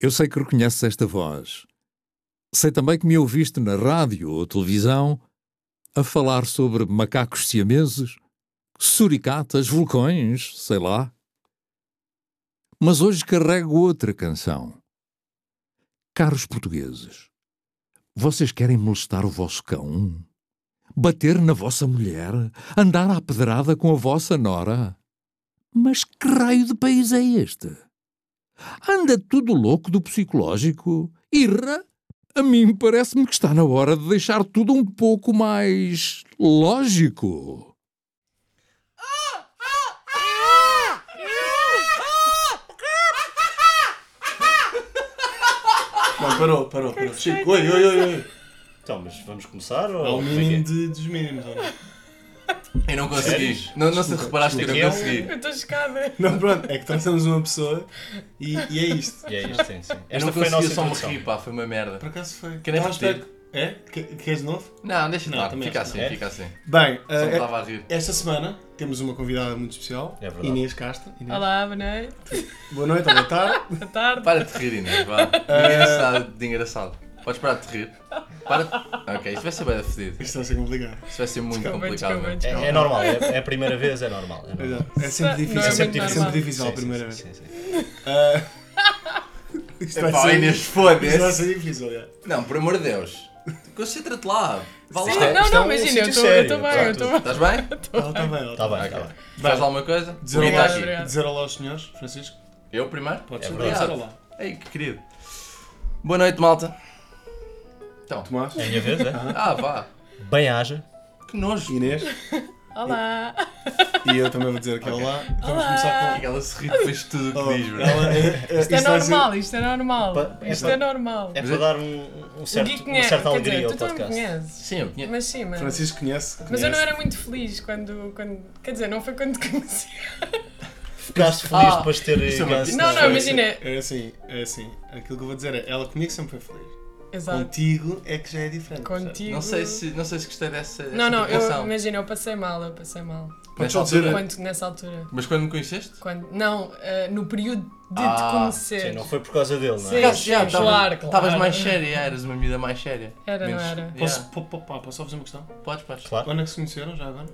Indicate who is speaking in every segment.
Speaker 1: Eu sei que reconheces esta voz. Sei também que me ouviste na rádio ou televisão a falar sobre macacos siameses, suricatas, vulcões, sei lá. Mas hoje carrego outra canção. Caros portugueses, vocês querem molestar o vosso cão? Bater na vossa mulher? Andar à pedrada com a vossa nora? Mas que raio de país é este? Anda tudo louco do psicológico? Irra? A mim parece-me que está na hora de deixar tudo um pouco mais lógico.
Speaker 2: Não, parou, parou,
Speaker 3: é
Speaker 2: parou. Chico, oi, oi, oi, oi.
Speaker 4: Então, mas vamos começar?
Speaker 2: Há
Speaker 4: Ou
Speaker 2: um
Speaker 4: como é que é?
Speaker 2: mínimo de, dos mínimos, ou não?
Speaker 5: Eu não consegui.
Speaker 4: Sério?
Speaker 5: Não, não se reparaste que eu não consegui.
Speaker 3: Eu estou chocada.
Speaker 2: Não, pronto, é que trouxemos uma pessoa e, e é isto.
Speaker 4: E é isto, sim, sim.
Speaker 5: Eu não
Speaker 4: Esta foi
Speaker 5: consegui, eu
Speaker 4: a nossa
Speaker 5: só me
Speaker 4: introdução.
Speaker 5: ri, pá, foi uma merda.
Speaker 2: Por acaso foi.
Speaker 5: Querem
Speaker 2: Estava à espera
Speaker 5: repetir?
Speaker 2: que- É? Que- Queres de novo?
Speaker 5: Não, deixa
Speaker 2: Não,
Speaker 5: estar,
Speaker 2: também
Speaker 5: fica
Speaker 2: acho
Speaker 5: assim,
Speaker 4: que não.
Speaker 5: fica assim.
Speaker 2: Bem,
Speaker 5: Só me
Speaker 2: eh,
Speaker 5: estava a rir.
Speaker 2: esta semana temos uma convidada muito especial.
Speaker 4: É verdade.
Speaker 2: Inês Casta. Inês.
Speaker 3: Olá, boa noite.
Speaker 2: Boa noite, boa tarde.
Speaker 3: Boa tarde.
Speaker 5: Para de rir, Inês, vá. De engraçado, de engraçado. Podes parar de rir. Para de... Ok, isto vai ser bem fedido.
Speaker 2: Isto está a ser complicado.
Speaker 5: Isto vai ser muito
Speaker 3: Desculpa,
Speaker 5: complicado.
Speaker 3: desculpa,
Speaker 5: mesmo.
Speaker 4: É, é normal, é, é a primeira vez, é normal. É normal.
Speaker 2: Exato. É sempre
Speaker 3: Não é
Speaker 2: difícil.
Speaker 3: muito
Speaker 2: sempre, difícil,
Speaker 3: normal.
Speaker 2: sempre difícil à
Speaker 4: Sim, sim,
Speaker 2: primeira vez.
Speaker 4: sim, sim, sim.
Speaker 2: Eh, Isto vai
Speaker 5: Epá,
Speaker 2: ser-
Speaker 5: Inês,
Speaker 2: isto vai
Speaker 5: foda-se.
Speaker 2: ser difícil, já.
Speaker 5: Não, por amor de Deus. Concentra-te lá. Vá
Speaker 3: Sim,
Speaker 5: lá.
Speaker 4: é-
Speaker 3: não,
Speaker 4: isto é
Speaker 3: não,
Speaker 4: um
Speaker 3: imagina, eu
Speaker 4: sítio
Speaker 3: estou
Speaker 4: sério,
Speaker 3: bem, eu estou bem.
Speaker 5: Estás bem?
Speaker 2: Ela está bem, ela
Speaker 4: Tá
Speaker 2: está
Speaker 4: bem, tá
Speaker 5: Ok.
Speaker 4: bem.
Speaker 5: Faz alguma coisa?
Speaker 2: Dizer
Speaker 5: Ninguém está
Speaker 2: olá,
Speaker 3: aos-
Speaker 5: aqui.
Speaker 3: obrigado.
Speaker 2: dizer olá aos senhores, Francisco.
Speaker 5: Eu primeiro?
Speaker 2: Pode
Speaker 4: É
Speaker 2: ser.
Speaker 4: verdade.
Speaker 2: Dizer olá.
Speaker 5: Ei, que querido. Boa noite, malta. Então.
Speaker 2: Tomás.
Speaker 4: É a minha vez, é?
Speaker 5: Ah, vá.
Speaker 4: Bem haja.
Speaker 5: Que nojo.
Speaker 2: Inês.
Speaker 3: Olá.
Speaker 2: E eu também vou dizer aqui olá. Vamos começar com.
Speaker 5: Ela se ri depois de tudo o
Speaker 2: Olá.
Speaker 5: que diz, bro.
Speaker 2: Oh, Ela- eh,
Speaker 3: Isto
Speaker 2: vai
Speaker 3: é
Speaker 2: ser-
Speaker 3: normal, isto é normal.
Speaker 4: Pa- é
Speaker 3: Isto
Speaker 4: pa-
Speaker 3: é normal.
Speaker 4: É para dar um, um certo,
Speaker 3: Ninguém
Speaker 4: uma
Speaker 3: conhece,
Speaker 4: certa
Speaker 3: quer
Speaker 4: alegria
Speaker 3: dizer,
Speaker 4: ao
Speaker 3: tu também me
Speaker 4: podcast.
Speaker 3: conheces.
Speaker 5: Sim, eu conheço.
Speaker 3: Mas sim, mas.
Speaker 2: Francisco conhece.
Speaker 3: Mas eu não
Speaker 2: conhece.
Speaker 3: era muito feliz quando. quando quer dizer, não foi quando te conheci.
Speaker 4: Ficaste feliz
Speaker 5: Ah,
Speaker 4: depois de ter
Speaker 5: isso é uma-
Speaker 4: ganso
Speaker 3: Não,
Speaker 4: na-
Speaker 3: não, imagina.
Speaker 2: É assim, é assim. Aquilo que eu vou dizer é: ela comigo sempre foi feliz.
Speaker 3: Exato.
Speaker 2: Contigo é que já é diferente. percebes?
Speaker 3: Tá. Contigo.
Speaker 5: Não sei se, não sei se gostei dessa
Speaker 3: Não, não, eu,
Speaker 5: interpretação.
Speaker 3: imagina, eu passei mal, eu passei mal.
Speaker 2: Podes
Speaker 5: Nessa
Speaker 2: só dizer.
Speaker 3: Quando, nessa altura.
Speaker 5: Mas quando me conheceste?
Speaker 3: Quando, não, eh, no período de
Speaker 5: Ah,
Speaker 3: te
Speaker 4: Sim,
Speaker 3: conhecer.
Speaker 4: não foi por causa dele, não
Speaker 3: Sim.
Speaker 4: é?
Speaker 3: Sim. claro, claro.
Speaker 5: Estavas mais séria, já, eras uma miúda mais séria.
Speaker 3: Era, não
Speaker 5: Menos-
Speaker 3: era?
Speaker 5: Yeah.
Speaker 2: Posso, po- po- pá, posso só fazer uma questão?
Speaker 5: Podes, podes.
Speaker 4: Claro.
Speaker 2: Quando é que se conheceram já agora?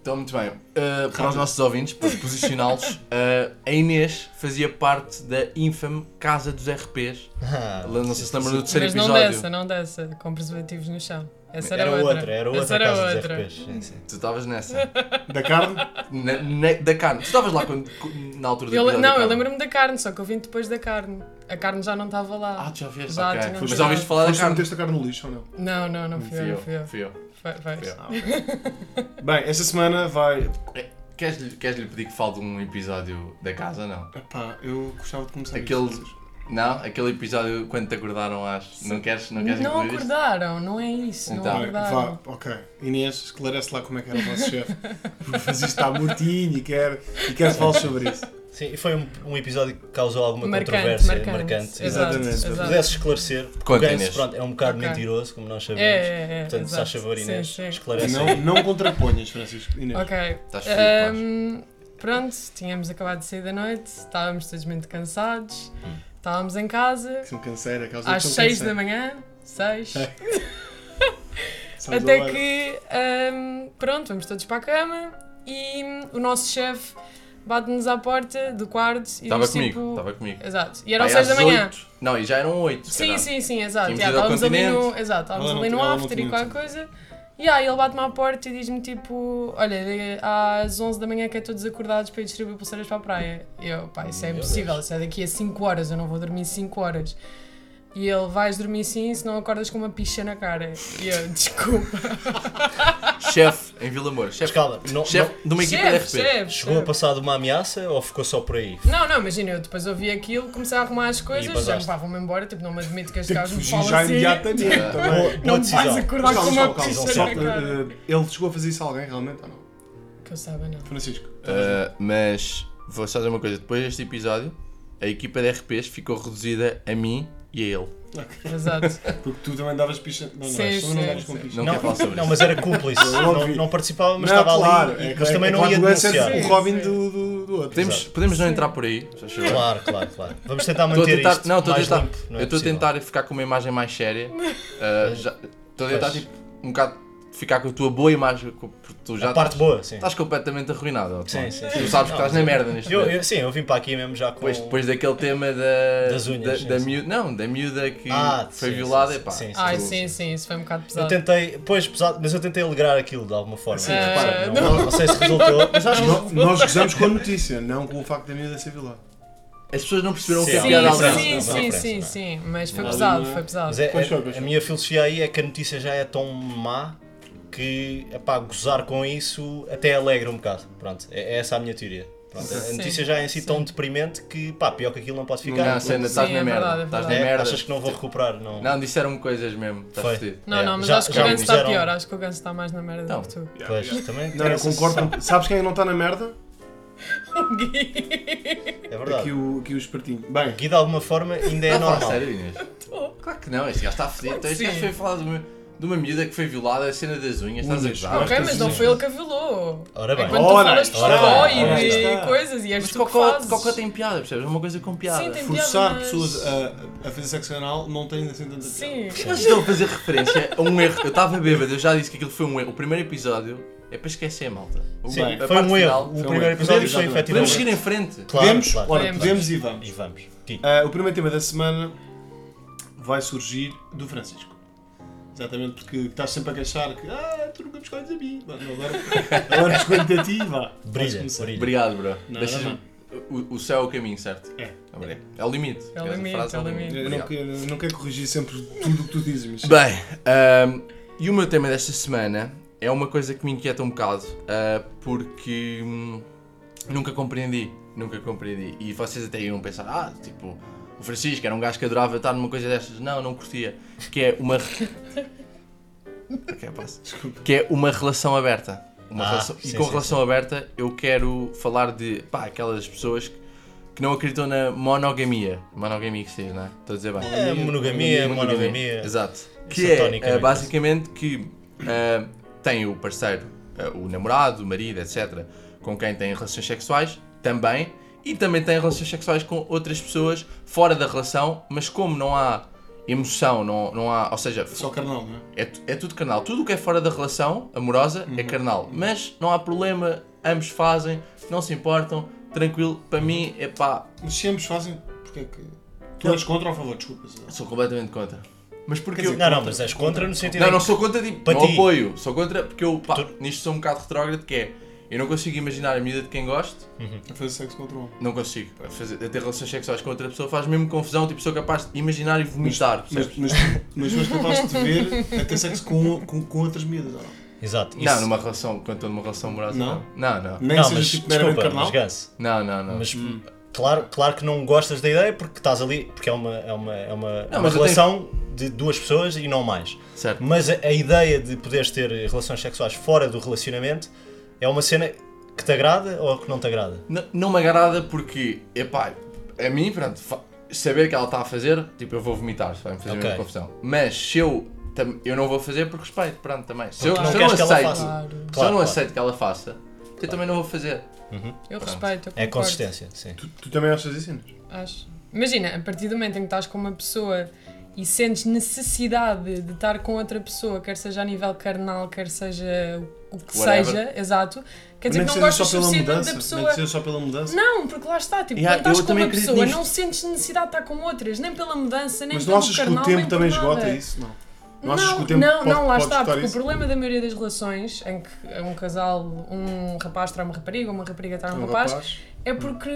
Speaker 5: Então, muito bem. Uh, para os nossos ouvintes, para posicioná-los, uh, a Inês fazia parte da ínfame Casa dos RPs.
Speaker 4: Ah,
Speaker 5: Não sei se lembram do terceiro
Speaker 3: Mas não
Speaker 5: episódio.
Speaker 3: dessa, não dessa, com preservativos no chão. Essa era,
Speaker 4: Era
Speaker 3: outra.
Speaker 4: outra, era outra
Speaker 3: Essa era
Speaker 4: casa dos
Speaker 3: outra.
Speaker 4: RPs. Sim, sim.
Speaker 5: Tu estavas nessa.
Speaker 2: Da carne?
Speaker 5: Na- na- da carne. Tu estavas lá quando, na altura do
Speaker 3: Eu le-
Speaker 5: episódio da
Speaker 3: não, eu
Speaker 5: carne.
Speaker 3: lembro-me da carne, só que eu vim depois da carne. A carne já não estava lá.
Speaker 5: Ah, tu já viste?
Speaker 3: Já
Speaker 5: ok.
Speaker 3: tínhamos
Speaker 5: Mas já
Speaker 3: falado.
Speaker 5: ouviste falar da
Speaker 2: é.
Speaker 5: um
Speaker 2: Foste
Speaker 5: carne?
Speaker 2: meteste a carne no lixo ou não?
Speaker 3: não, não, não fui eu, não fui
Speaker 5: Fui
Speaker 3: eu.
Speaker 5: Fui eu.
Speaker 3: Foi, foi.
Speaker 5: Fui eu.
Speaker 2: Bem, esta semana vai.
Speaker 5: Queres-lhe queres -lhe pedir que fale de um episódio da casa, não?
Speaker 2: Pá, eu gostava de começar
Speaker 5: Aquele-
Speaker 2: isto.
Speaker 5: Não? Aquele episódio quando te acordaram às... Não queres, não queres
Speaker 3: Não
Speaker 5: incluir isto?
Speaker 3: acordaram, não é isso,
Speaker 5: Então.
Speaker 3: não
Speaker 2: Bem,
Speaker 3: acordaram.
Speaker 2: vá, ok. Inês, esclarece lá como é que era o vosso chefe. Porque fazes isto está mortinho e quer, e quer que fales sobre isso.
Speaker 4: Sim, e foi um, um episódio que causou alguma
Speaker 3: Marcante,
Speaker 4: controvérsia
Speaker 3: marcante.
Speaker 4: marcante.
Speaker 3: Exato,
Speaker 2: Exatamente.
Speaker 4: Se
Speaker 3: exato.
Speaker 4: pudesse esclarecer, porque
Speaker 5: Conta,
Speaker 4: o ganso
Speaker 5: Inês.
Speaker 4: pronto, é um bocado
Speaker 3: Ok.
Speaker 4: mentiroso, como nós
Speaker 3: É,
Speaker 4: sabemos.
Speaker 3: é, é.
Speaker 4: Portanto,
Speaker 3: exato.
Speaker 4: Sasha favor, Inês,
Speaker 3: Sim, sim.
Speaker 4: esclarece
Speaker 2: Não,
Speaker 4: aí.
Speaker 2: não contraponhas, Francisco. Inês.
Speaker 3: Ok.
Speaker 5: Estás fedido,
Speaker 3: Ahm, pronto, tínhamos acabado de sair da noite, estávamos todos muito cansados, estávamos em casa,
Speaker 2: Que se me canseira, a causa
Speaker 3: às 6 da manhã, 6. Até
Speaker 5: um
Speaker 2: Até que.
Speaker 3: que, ahm, pronto, vamos todos para a cama e hum, o nosso chefe bate-nos à porta do quarto e
Speaker 5: Estava
Speaker 3: diz
Speaker 5: comigo,
Speaker 3: tipo...
Speaker 5: estava cocomigo.
Speaker 3: Exato, e eram
Speaker 5: Aí,
Speaker 3: 6 da
Speaker 5: às
Speaker 3: manhã.
Speaker 5: oito. Não, e já eram 8.
Speaker 3: Sim, sim, sim, exato.
Speaker 5: Tínhamos
Speaker 3: Já,
Speaker 5: ido ao
Speaker 3: estávamos ali no,
Speaker 5: continente.
Speaker 3: exato, estávamos
Speaker 2: Ela não-
Speaker 3: ali no
Speaker 2: ela não
Speaker 3: after e
Speaker 2: tinha
Speaker 3: qualquer coisa. E aí ele bate-me à porta e diz-me tipo: Olha, de- às 11 da manhã que é todos acordados para ir distribuir pulseiras para a praia. E eu, pá, isso é impossível, isso é daqui a 5 horas, eu não vou dormir 5 horas. E ele, vais dormir sim, se não acordas com uma picha na cara. E eu, desculpa.
Speaker 5: Chefe em Vila Moura.
Speaker 4: Mas
Speaker 5: Chefe
Speaker 4: calma, não, não-
Speaker 5: chefe de uma equipa de
Speaker 3: chefe,
Speaker 5: RP.
Speaker 3: chefe.
Speaker 4: chegou a
Speaker 3: chefe.
Speaker 4: passar de uma ameaça ou ficou só por aí?
Speaker 3: Não, não, imagina, eu depois ouvi aquilo, comecei a arrumar as
Speaker 4: E
Speaker 3: coisas,
Speaker 4: vazaste.
Speaker 3: já pá, vou-me embora, tipo, não me admito que este
Speaker 2: Tem que
Speaker 3: gajo me
Speaker 2: fugir
Speaker 3: fala
Speaker 2: já
Speaker 3: assim.
Speaker 2: imediatamente. também.
Speaker 4: Boa, boa
Speaker 3: Não me
Speaker 4: decisão.
Speaker 3: vais acordar com uma
Speaker 2: calma,
Speaker 3: picha
Speaker 2: calma,
Speaker 3: na
Speaker 2: calma.
Speaker 3: cara.
Speaker 2: Eh, Ele chegou a fazer isso a alguém realmente ou não?
Speaker 3: Que eu saiba, não.
Speaker 2: Francisco.
Speaker 5: Uh, mas vou só dizer uma coisa: depois deste episódio, a equipa de RPs ficou reduzida a mim e a ele.
Speaker 3: Exato.
Speaker 2: Porque tu também davas picha. Não, não,
Speaker 3: Sim,
Speaker 2: és tu, não
Speaker 3: sim,
Speaker 2: davas com
Speaker 3: sim.
Speaker 2: picha.
Speaker 5: Não,
Speaker 4: Não,
Speaker 5: quero falar sobre
Speaker 4: não,
Speaker 5: isso.
Speaker 4: mas era cúmplice.
Speaker 2: Eu
Speaker 4: não,
Speaker 2: ouvi.
Speaker 4: não participava, mas
Speaker 2: Não,
Speaker 4: estava
Speaker 2: claro,
Speaker 4: ali.
Speaker 2: é
Speaker 4: e-
Speaker 2: que-
Speaker 4: mas
Speaker 2: é
Speaker 4: também
Speaker 2: que
Speaker 4: não
Speaker 2: a
Speaker 4: ia
Speaker 2: ambulância é
Speaker 4: denunciar.
Speaker 2: O
Speaker 3: Sim,
Speaker 2: Robin
Speaker 3: sim.
Speaker 2: do, do, do outro.
Speaker 5: Podemos, podemos não entrar por aí. se achas bem?
Speaker 4: Claro, claro, claro. Vamos tentar
Speaker 5: Estou a
Speaker 4: manter
Speaker 5: tentar,
Speaker 4: isto
Speaker 5: não, estou a
Speaker 4: mais
Speaker 5: tentar,
Speaker 4: limpo. Não é
Speaker 5: eu estou a
Speaker 4: possível.
Speaker 5: tentar ficar com uma imagem mais séria. Ah, já- Estou a tentar
Speaker 4: Pois.
Speaker 5: tipo, um bocado ficar com a tua boa imagem, co- porque tu já
Speaker 4: A parte boa, sim.
Speaker 5: estás completamente arruinado. ó,
Speaker 4: Sim,
Speaker 5: pá.
Speaker 4: sim,
Speaker 5: Tu
Speaker 4: sim.
Speaker 5: sabes que
Speaker 4: Não,
Speaker 5: estás na merda neste
Speaker 4: Eu,
Speaker 5: momento.
Speaker 4: eu- sim, eu vim para aqui mesmo já com.
Speaker 5: Depois, depois daquele tema da,
Speaker 4: Das unhas,
Speaker 5: da, da
Speaker 4: sim, sim.
Speaker 5: miúda, não, da miúda que
Speaker 4: Ah,
Speaker 5: foi
Speaker 4: sim,
Speaker 5: violada,
Speaker 4: sim,
Speaker 5: epá.
Speaker 4: sim, sim.
Speaker 3: Ai, sim, sim, É, isso foi um bocado
Speaker 4: Eu
Speaker 3: pesado.
Speaker 4: tentei, pois pesado, mas eu tentei alegrar aquilo de alguma forma.
Speaker 5: Sim,
Speaker 4: Não sei,
Speaker 5: repara,
Speaker 4: não, não sei se resultou, mas acho que
Speaker 2: No- Nós gozamos com a notícia, não com o facto da miúda ser vilada.
Speaker 5: As pessoas não perceberam
Speaker 4: Sim,
Speaker 5: o que é
Speaker 3: Sim,
Speaker 5: piada
Speaker 4: não,
Speaker 5: ao
Speaker 4: não,
Speaker 3: sim,
Speaker 4: não,
Speaker 3: sim,
Speaker 4: não,
Speaker 3: sim,
Speaker 4: não,
Speaker 3: sim,
Speaker 4: não. é?
Speaker 3: sim, mas foi
Speaker 2: Não,
Speaker 3: pesado,
Speaker 2: não.
Speaker 3: foi pesado.
Speaker 4: Mas é,
Speaker 2: Pois
Speaker 4: é-
Speaker 2: foi, pois
Speaker 4: a
Speaker 2: foi.
Speaker 4: minha filosofia aí é que a notícia já é tão má que epá, gozar com isso até alegra um bocado. Pronto, é, é essa a minha teoria. Pronto, a
Speaker 3: Sim,
Speaker 4: notícia já é em si
Speaker 3: sim.
Speaker 4: tão deprimente que pá, pior que aquilo não pode
Speaker 5: Não,
Speaker 4: ficar.
Speaker 5: não, Sena,
Speaker 3: Sim,
Speaker 5: estás na
Speaker 3: é
Speaker 5: merda.
Speaker 3: verdade, é
Speaker 5: estás na
Speaker 3: verdade.
Speaker 4: É,
Speaker 5: merda.
Speaker 4: achas que não vou recuperar? Não.
Speaker 5: Não, disseram-me coisas mesmo. Estás
Speaker 4: Foi.
Speaker 5: fedido.
Speaker 3: Não,
Speaker 4: É,
Speaker 3: não, mas
Speaker 4: já-
Speaker 3: acho que
Speaker 4: já
Speaker 3: o
Speaker 4: me
Speaker 3: Ganso está
Speaker 4: disseram-
Speaker 3: pior, acho que o Ganso está mais na merda
Speaker 5: Não.
Speaker 3: do que tu.
Speaker 4: Pois, também
Speaker 2: Não,
Speaker 4: tem
Speaker 2: eu
Speaker 4: essa
Speaker 2: concordo. com- Sabes quem não está na merda?
Speaker 4: sensação. É verdade.
Speaker 2: Aqui o, aqui o espertinho. Bem,
Speaker 4: Aqui de alguma forma ainda é
Speaker 5: Não, fala
Speaker 4: normal.
Speaker 5: sério, Inês. Claro que não, este gajo está fedido. Então, Este
Speaker 3: Sim.
Speaker 5: gajo foi falar de uma, de uma miúda que foi violada, a cena das unhas, estás a
Speaker 2: Unhas,
Speaker 5: gozar?
Speaker 3: Ok, mas não
Speaker 2: Sim.
Speaker 3: foi ele que a violou.
Speaker 4: Ora bem.
Speaker 3: É quando
Speaker 2: Ora,
Speaker 3: tu falas de
Speaker 4: ora
Speaker 3: cocó
Speaker 4: bem, ora
Speaker 3: e de
Speaker 2: está.
Speaker 3: coisas e és
Speaker 5: Mas
Speaker 3: tu que
Speaker 5: Cocó,
Speaker 3: fazes.
Speaker 5: Cocó tem piada, percebes? É uma coisa com piada.
Speaker 3: Sim, tem
Speaker 2: forçar
Speaker 3: piada, mas-
Speaker 2: pessoas a, a fazer sexo anal não tem assim tanta piada.
Speaker 3: Sim.
Speaker 5: Eles estão a fazer referência a um erro. Eu estava bêbado, eu já disse que aquilo foi um erro. O primeiro episódio é para esquecer, malta. O-
Speaker 4: Sim,
Speaker 5: a
Speaker 4: foi
Speaker 5: parte
Speaker 4: um
Speaker 5: final-
Speaker 4: erro. O
Speaker 2: um
Speaker 4: primeiro
Speaker 2: erro.
Speaker 4: episódio foi
Speaker 2: Podemos-
Speaker 5: Podemos seguir
Speaker 4: efetivamente.
Speaker 5: em frente.
Speaker 4: Claro,
Speaker 2: podemos,
Speaker 4: claro.
Speaker 2: ora,
Speaker 3: Podemos.
Speaker 2: podemos e vamos.
Speaker 4: E vamos. Tipo, Aqui.
Speaker 2: Ah, o primeiro tema da semana vai surgir do Francisco. Exatamente, porque estás sempre a queixar que ah, tu nunca me escolhes a mim. Bom, Agora, agora escolho-te a ti, vá. Podes
Speaker 4: Brilha,
Speaker 2: começar.
Speaker 4: brilha.
Speaker 5: Obrigado, bro.
Speaker 2: Não,
Speaker 5: Deixas-
Speaker 2: não,
Speaker 5: O, o céu é o caminho, certo?
Speaker 2: É.
Speaker 5: Obrigado. É o limite.
Speaker 3: É o
Speaker 5: Essa
Speaker 3: limite,
Speaker 5: frase
Speaker 3: é o limite.
Speaker 2: Eu não
Speaker 5: Obrigado.
Speaker 2: quero, eu não quero corrigir sempre tudo o que tu dizes, mas
Speaker 5: Bem, ahm, e o meu tema desta semana é uma coisa que me inquieta um bocado, ah, porque hum, nunca compreendi, nunca compreendi. E vocês até iam pensar, ah, tipo, o Francisco era um gajo que adorava estar numa coisa destas. Não, não curtia. Que é uma. Ok, passa. Que é uma relação aberta. Uma
Speaker 4: Ah,
Speaker 5: relação- E
Speaker 4: sim,
Speaker 5: com
Speaker 4: sim,
Speaker 5: relação aberta eu quero falar de pá, aquelas pessoas que, que não acreditam na monogamia. Monogamia que seja, não é? Estou a dizer bem.
Speaker 4: É, monogamia, monogamia.
Speaker 5: Exato. Que é,
Speaker 4: Platonicamente.
Speaker 5: eh, basicamente que eh, tem o parceiro, eh, o namorado, o marido, etc., com quem tem relações sexuais, também, e também tem relações sexuais com outras pessoas fora da relação, mas como não há emoção, não, não há. Ou seja,
Speaker 2: só carnal, não é?
Speaker 5: é, tu- é tudo carnal. Tudo o que é fora da relação amorosa é carnal. Mas não há problema, ambos fazem, não se importam, tranquilo. Para mim, é pá,
Speaker 2: Mas se ambos fazem, porque é que. Tu és contra ou a favor? Desculpa. Zé.
Speaker 5: sou completamente contra. Mas porque eu-
Speaker 4: Não, não, mas és contra no sentido.
Speaker 5: Não,
Speaker 4: em
Speaker 5: não
Speaker 4: que-
Speaker 5: sou contra tipo,
Speaker 4: Para
Speaker 5: não
Speaker 4: ti.
Speaker 5: apoio, sou contra porque eu pá,
Speaker 4: Tu-
Speaker 5: nisto sou um bocado retrógrado que é eu não consigo imaginar a miúda de quem gosto,
Speaker 2: A fazer sexo contra o homem.
Speaker 5: não consigo fazer, ter relações sexuais com outra pessoa, faz mesmo confusão, tipo, sou capaz de imaginar e vomitar,
Speaker 2: Mas,
Speaker 5: percebes?
Speaker 2: mas, mas tu és capaz de te ver a ter sexo com, com, com outras miúdas, ou não? é?
Speaker 4: Exato.
Speaker 5: Não,
Speaker 4: isso-
Speaker 5: numa relação, quando estou numa relação amorosa,
Speaker 2: Não?
Speaker 5: não. Não, não.
Speaker 2: Nem
Speaker 4: Não,
Speaker 2: seja
Speaker 4: mas
Speaker 2: tipo meramente
Speaker 4: desculpa,
Speaker 2: carnal.
Speaker 4: mas Ganso,
Speaker 5: Não, não, não.
Speaker 4: Mas claro, claro que não gostas da ideia porque estás ali, porque é uma, é uma, é uma, é uma
Speaker 5: mas eu
Speaker 4: relação de duas pessoas e não mais.
Speaker 5: Certo.
Speaker 4: Mas a, a ideia de poderes ter relações sexuais fora do relacionamento é uma cena que te agrada ou que não te agrada?
Speaker 5: N- não me agrada porque, epá, a mim, pronto, fa- saber que ela está a fazer, tipo, eu vou vomitar, vai me fazer
Speaker 4: Ok.
Speaker 5: mesmo confusão. Mas se eu, tam- eu não vou fazer por respeito, pronto, também. Se eu,
Speaker 4: Porque não
Speaker 5: se eu
Speaker 4: queres que ela
Speaker 5: aceito,
Speaker 4: faça.
Speaker 5: se
Speaker 3: Claro.
Speaker 5: eu
Speaker 4: Claro,
Speaker 5: não
Speaker 4: claro.
Speaker 5: aceito que ela faça, eu também não vou fazer.
Speaker 3: Eu respeito, eu
Speaker 4: É
Speaker 3: concordo.
Speaker 4: consistência, sim.
Speaker 2: Tu, tu também achas isso, Inês?
Speaker 3: tipo, Acho. Imagina, a partir do momento em que estás com uma pessoa e sentes necessidade de estar com outra pessoa, quer seja a nível carnal, quer seja o que
Speaker 5: Whatever.
Speaker 3: seja, exato, quer dizer
Speaker 2: Nem
Speaker 3: que não
Speaker 2: que seja
Speaker 3: gostas
Speaker 2: só pela
Speaker 3: suficientemente da
Speaker 2: mudança. Nem
Speaker 3: pessoa.
Speaker 2: que seja só pela mudança.
Speaker 3: Não, porque lá está, tipo,
Speaker 5: Yeah,
Speaker 3: quando
Speaker 5: eu
Speaker 3: estás com
Speaker 5: também
Speaker 3: uma
Speaker 5: acredito
Speaker 3: pessoa,
Speaker 5: nisto.
Speaker 3: não sentes necessidade de estar com outras, nem pela mudança, nem
Speaker 2: Mas não
Speaker 3: pelo
Speaker 2: achas que
Speaker 3: carnal,
Speaker 2: o tempo
Speaker 3: nem por
Speaker 2: também
Speaker 3: nada.
Speaker 2: esgota isso? Não. Não achas que o tempo
Speaker 3: não,
Speaker 2: pode,
Speaker 3: não, lá
Speaker 2: pode
Speaker 3: está,
Speaker 2: esgotar isso?
Speaker 3: porque o problema da maioria das relações em que um casal, um rapaz trai uma rapariga, uma rapariga trai um,
Speaker 2: Um
Speaker 3: rapaz,
Speaker 2: rapaz.
Speaker 3: é porque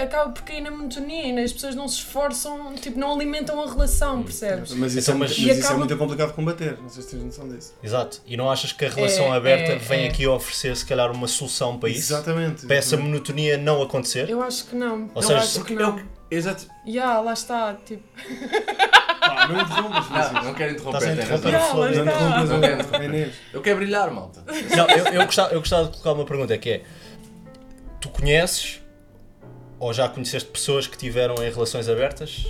Speaker 3: acaba por cair na monotonia e né, as pessoas não se esforçam, tipo, não alimentam a relação, percebes?
Speaker 2: Mas isso,
Speaker 4: Então,
Speaker 2: é,
Speaker 4: mas-
Speaker 2: muito-
Speaker 3: E
Speaker 2: mas isso é
Speaker 3: acaba-
Speaker 2: muito complicado de combater. Não sei se tens noção disso.
Speaker 4: Exato. E não achas que a relação
Speaker 3: É,
Speaker 4: aberta
Speaker 3: é,
Speaker 4: vem
Speaker 3: é.
Speaker 4: aqui oferecer, se calhar, uma solução para É isso?
Speaker 2: Exatamente.
Speaker 4: Para essa monotonia não acontecer?
Speaker 3: Eu acho que não.
Speaker 4: Ou
Speaker 3: eu
Speaker 4: seja,
Speaker 3: acho que
Speaker 5: Porque é o
Speaker 3: não.
Speaker 5: que- Exato.
Speaker 3: Ya, lá está, tipo.
Speaker 2: Pá, é não interrompas,
Speaker 5: Não,
Speaker 2: Francisco.
Speaker 5: não quero interromper.
Speaker 4: Estás a
Speaker 5: tem razão.
Speaker 4: interromper o
Speaker 3: Não,
Speaker 4: flow.
Speaker 3: mas
Speaker 2: Não interrompas,
Speaker 5: Não quero interromper.
Speaker 2: não, Inês.
Speaker 5: Eu quero brilhar, malta.
Speaker 4: Não, eu, eu, gostava, eu gostava de colocar uma pergunta que é: tu conheces ou já conheceste pessoas que tiveram em relações abertas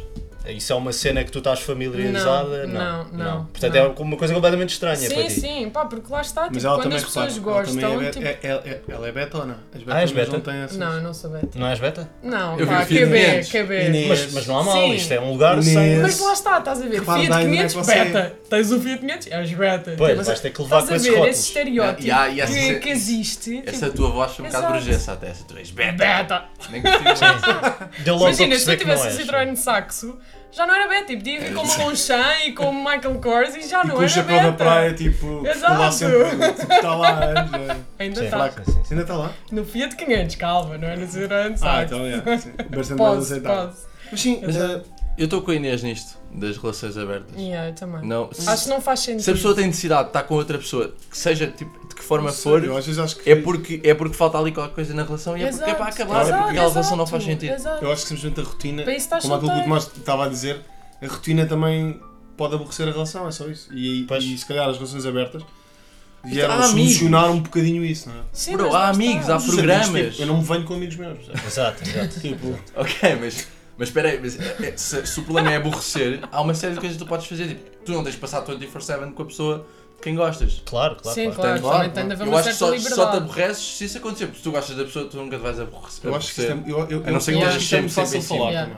Speaker 4: Isso é uma cena que tu estás familiarizada?
Speaker 3: Não, não, não.
Speaker 4: Portanto,
Speaker 3: Não.
Speaker 4: é uma coisa completamente estranha para
Speaker 3: Sim,
Speaker 4: ti.
Speaker 3: sim, pá, porque lá está, tipo,
Speaker 2: Mas ela
Speaker 3: quando
Speaker 2: também
Speaker 3: as pessoas
Speaker 2: repara, ela também
Speaker 3: gostam,
Speaker 2: é,
Speaker 3: tipo...
Speaker 2: be- é- é- é- ela é betona. As
Speaker 4: Ah,
Speaker 2: betonas
Speaker 4: és beta?
Speaker 2: não têm essas.
Speaker 3: Não, eu não sou beta.
Speaker 4: Não és beta?
Speaker 3: Não,
Speaker 5: Eu vi
Speaker 3: pá,
Speaker 5: o Fiat
Speaker 3: QB,
Speaker 5: 500.
Speaker 3: QB.
Speaker 2: Inês.
Speaker 4: Mas, mas não há mal,
Speaker 3: Sim.
Speaker 4: isto é um lugar
Speaker 2: Inês.
Speaker 4: sem.
Speaker 3: Mas lá está, estás a ver,
Speaker 2: Repara,
Speaker 3: Fiat
Speaker 2: dá ainda
Speaker 3: 500,
Speaker 2: é que você-
Speaker 3: beta. Tens o Fiat 500, és beta.
Speaker 4: Pois,
Speaker 3: Mas
Speaker 4: vais ter que levar
Speaker 3: Estás
Speaker 4: com
Speaker 3: a
Speaker 4: esses
Speaker 3: ver esse
Speaker 4: rótulos.
Speaker 3: estereótipo é
Speaker 5: E há- e há-
Speaker 3: que, que existe.
Speaker 5: Essa
Speaker 3: tipo,
Speaker 5: tua voz foi um bocado
Speaker 3: Exato.
Speaker 5: brujessa até, essa tu és beta.
Speaker 3: beta.
Speaker 5: Nem gostei.
Speaker 4: Deu logo para
Speaker 3: Imagina, se
Speaker 4: perceber
Speaker 3: eu
Speaker 4: que não
Speaker 3: tivesse a
Speaker 4: és.
Speaker 3: Citroën de saxo, já não era beta. Tipo, tive como a Longchamp e como Michael Kors e já
Speaker 2: E
Speaker 4: um
Speaker 3: não
Speaker 2: com o
Speaker 3: era
Speaker 2: chapéu
Speaker 3: beta.
Speaker 2: da praia, tipo, que ficou lá
Speaker 3: Exato.
Speaker 2: sempre. Tipo, está lá há anos, não é?
Speaker 3: Ainda
Speaker 4: Sim,
Speaker 3: está.
Speaker 4: sim, sim, sim.
Speaker 2: Ainda está lá?
Speaker 3: No Fiat 500, calma, não é no Citroën de
Speaker 2: Ah,
Speaker 3: saxo.
Speaker 2: então é. sim. Bastante mais
Speaker 3: Pause,
Speaker 2: aceitável.
Speaker 3: pause.
Speaker 2: Mas sim, eh,
Speaker 5: Eu estou com a Inês nisto, das relações abertas.
Speaker 3: Yeah, eu também.
Speaker 5: Não, se,
Speaker 3: Acho que não faz sentido.
Speaker 5: se a pessoa tem necessidade de estar com outra pessoa, que seja tipo, de que forma for,
Speaker 2: sério, às vezes acho que.
Speaker 5: é porque, é porque falta ali qualquer coisa na relação e é porque é
Speaker 3: Exato,
Speaker 5: para acabar, é
Speaker 3: exato,
Speaker 5: porque aquela relação não faz
Speaker 3: exato,
Speaker 5: sentido.
Speaker 3: exato.
Speaker 2: Eu acho que simplesmente a rotina,
Speaker 3: Para isso estás é?
Speaker 2: como aquilo que o
Speaker 3: solteiro.
Speaker 2: Tomás estava a dizer, a rotina também pode aborrecer a relação, é só isso. E,
Speaker 4: Pois.
Speaker 2: e se calhar as relações abertas vieram
Speaker 5: há
Speaker 2: a solucionar
Speaker 5: é amigos.
Speaker 2: um bocadinho isso, não é?
Speaker 3: Sim,
Speaker 5: Bro,
Speaker 3: mas
Speaker 5: há
Speaker 3: lá
Speaker 5: amigos,
Speaker 3: está.
Speaker 5: há
Speaker 2: Os
Speaker 5: programas.
Speaker 2: amigos, tipo, eu não me venho com amigos meus. sabe?
Speaker 4: Exato, exato.
Speaker 2: tipo,
Speaker 5: Ok, mas, mas espera aí, mas, é, é, se, se o problema é aborrecer, há uma série de coisas que tu podes fazer. Tipo, tu não tens de passar 24-7 com a pessoa de quem gostas.
Speaker 4: Claro, claro.
Speaker 3: Sim,
Speaker 4: claro.
Speaker 3: Claro,
Speaker 5: Portanto,
Speaker 3: também tem de haver
Speaker 5: eu
Speaker 3: uma
Speaker 5: acho que só,
Speaker 3: certa
Speaker 5: só te
Speaker 3: liberdade.
Speaker 5: aborreces se isso acontecer, porque se tu gostas da pessoa, tu nunca te vais aborrecer.
Speaker 2: eu acho que isto é, eu, eu,
Speaker 5: A não ser
Speaker 3: que
Speaker 2: eu
Speaker 3: nós
Speaker 2: acho que isto é muito
Speaker 5: estejamos
Speaker 2: fácil
Speaker 5: sempre em
Speaker 2: falar
Speaker 3: cima.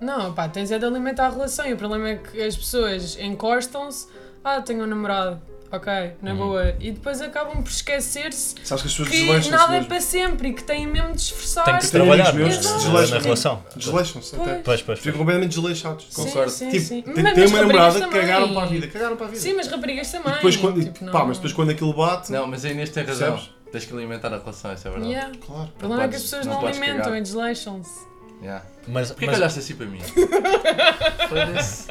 Speaker 2: também.
Speaker 3: Não, pá, tens é de alimentar a relação e o problema é que as pessoas encostam-se. Ah, tenho um namorado. Ok,
Speaker 5: Uhum.
Speaker 3: na boa. E depois acabam por esquecer-se
Speaker 2: Sabes que as pessoas
Speaker 3: que
Speaker 2: desleixam-se.
Speaker 3: nada é
Speaker 2: mesmo.
Speaker 3: para sempre e que têm mesmo de esforçar.
Speaker 4: Tem que
Speaker 2: Tem
Speaker 4: trabalhar
Speaker 2: amigos meus
Speaker 4: na-
Speaker 2: que
Speaker 3: Exato.
Speaker 2: se
Speaker 4: na, na
Speaker 2: desleixam.
Speaker 4: relação.
Speaker 2: Desleixam-se até.
Speaker 4: Pois, pois.
Speaker 2: Ficam
Speaker 4: pois.
Speaker 2: completamente desleixados.
Speaker 3: Sim,
Speaker 5: Concordo.
Speaker 3: sim, sim.
Speaker 2: Tipo, tem,
Speaker 3: Mas
Speaker 2: tem
Speaker 3: as
Speaker 2: uma
Speaker 3: raparigas
Speaker 2: namorada que
Speaker 3: também. é
Speaker 2: cagaram para a vida. Cagaram para a vida.
Speaker 3: Sim, mas raparigas também.
Speaker 2: depois quando,
Speaker 3: tipo,
Speaker 2: pá,
Speaker 3: não-
Speaker 2: mas depois quando aquilo bate.
Speaker 5: Não, mas a Inês tem razão.
Speaker 2: Percebes?
Speaker 5: Tens que alimentar a relação, isso é verdade.
Speaker 3: Yeah.
Speaker 2: Claro.
Speaker 3: O problema é que as
Speaker 5: podes-
Speaker 3: pessoas
Speaker 5: não
Speaker 3: não,
Speaker 5: podes
Speaker 3: alimentam
Speaker 5: cagar.
Speaker 3: e desleixam-se.
Speaker 5: Yeah.
Speaker 4: Mas,
Speaker 5: Porquê
Speaker 4: mas-
Speaker 5: que olhaste assim para mim? Foda-se.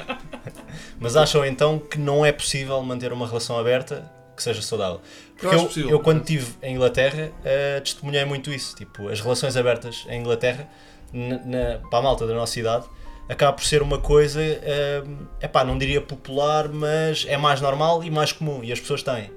Speaker 4: mas acham então que não é possível manter uma relação aberta que seja saudável? Porque
Speaker 2: Eu acho
Speaker 4: eu,
Speaker 2: possível,
Speaker 4: eu quando
Speaker 2: mas-
Speaker 4: estive em Inglaterra, eh, testemunhei muito isso. Tipo, as relações abertas em Inglaterra, na, na- para a malta da nossa idade, acaba por ser uma coisa, eh, epá, não diria popular, mas é mais normal e mais comum. E as pessoas têm.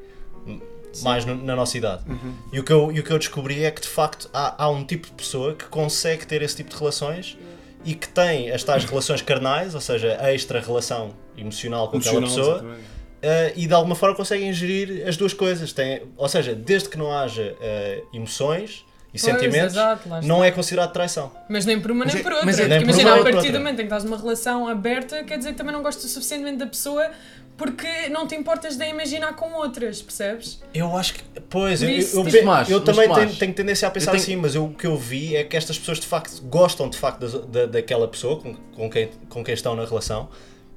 Speaker 4: m- Mais no- na nossa idade.
Speaker 3: Uhum.
Speaker 4: E, o que eu, e o que eu descobri é que de facto há, há um tipo de pessoa que consegue ter esse tipo de relações e que tem as tais relações carnais, ou seja, a extra relação emocional com
Speaker 2: Emocional,
Speaker 4: aquela pessoa,
Speaker 2: exatamente.
Speaker 4: eh, e de alguma forma conseguem gerir as duas coisas. Tem, ou seja, desde que não haja eh, emoções e
Speaker 3: Pois,
Speaker 4: sentimentos,
Speaker 3: exato, lá está.
Speaker 4: não é considerado traição.
Speaker 3: Mas nem por uma nem
Speaker 5: Mas é-
Speaker 3: por outra.
Speaker 5: mas é-
Speaker 3: Porque
Speaker 4: Nem por
Speaker 3: imagina,
Speaker 4: uma
Speaker 3: a
Speaker 4: nem por
Speaker 3: partir do
Speaker 4: outra.
Speaker 3: momento em que estás numa relação aberta, quer dizer que também não gostas suficientemente da pessoa porque não te importas de a imaginar com outras, percebes?
Speaker 4: Eu acho que. Pois, eu,
Speaker 3: Isso,
Speaker 4: eu,
Speaker 3: tipo-
Speaker 4: eu-
Speaker 5: Tomás,
Speaker 4: eu
Speaker 5: mas
Speaker 4: também
Speaker 5: Tomás,
Speaker 4: tenho, tenho tendência a pensar
Speaker 5: tenho-
Speaker 4: assim, mas eu- o que eu vi é que estas pessoas de facto gostam de facto das- da, daquela pessoa com, com, quem, com quem estão na relação,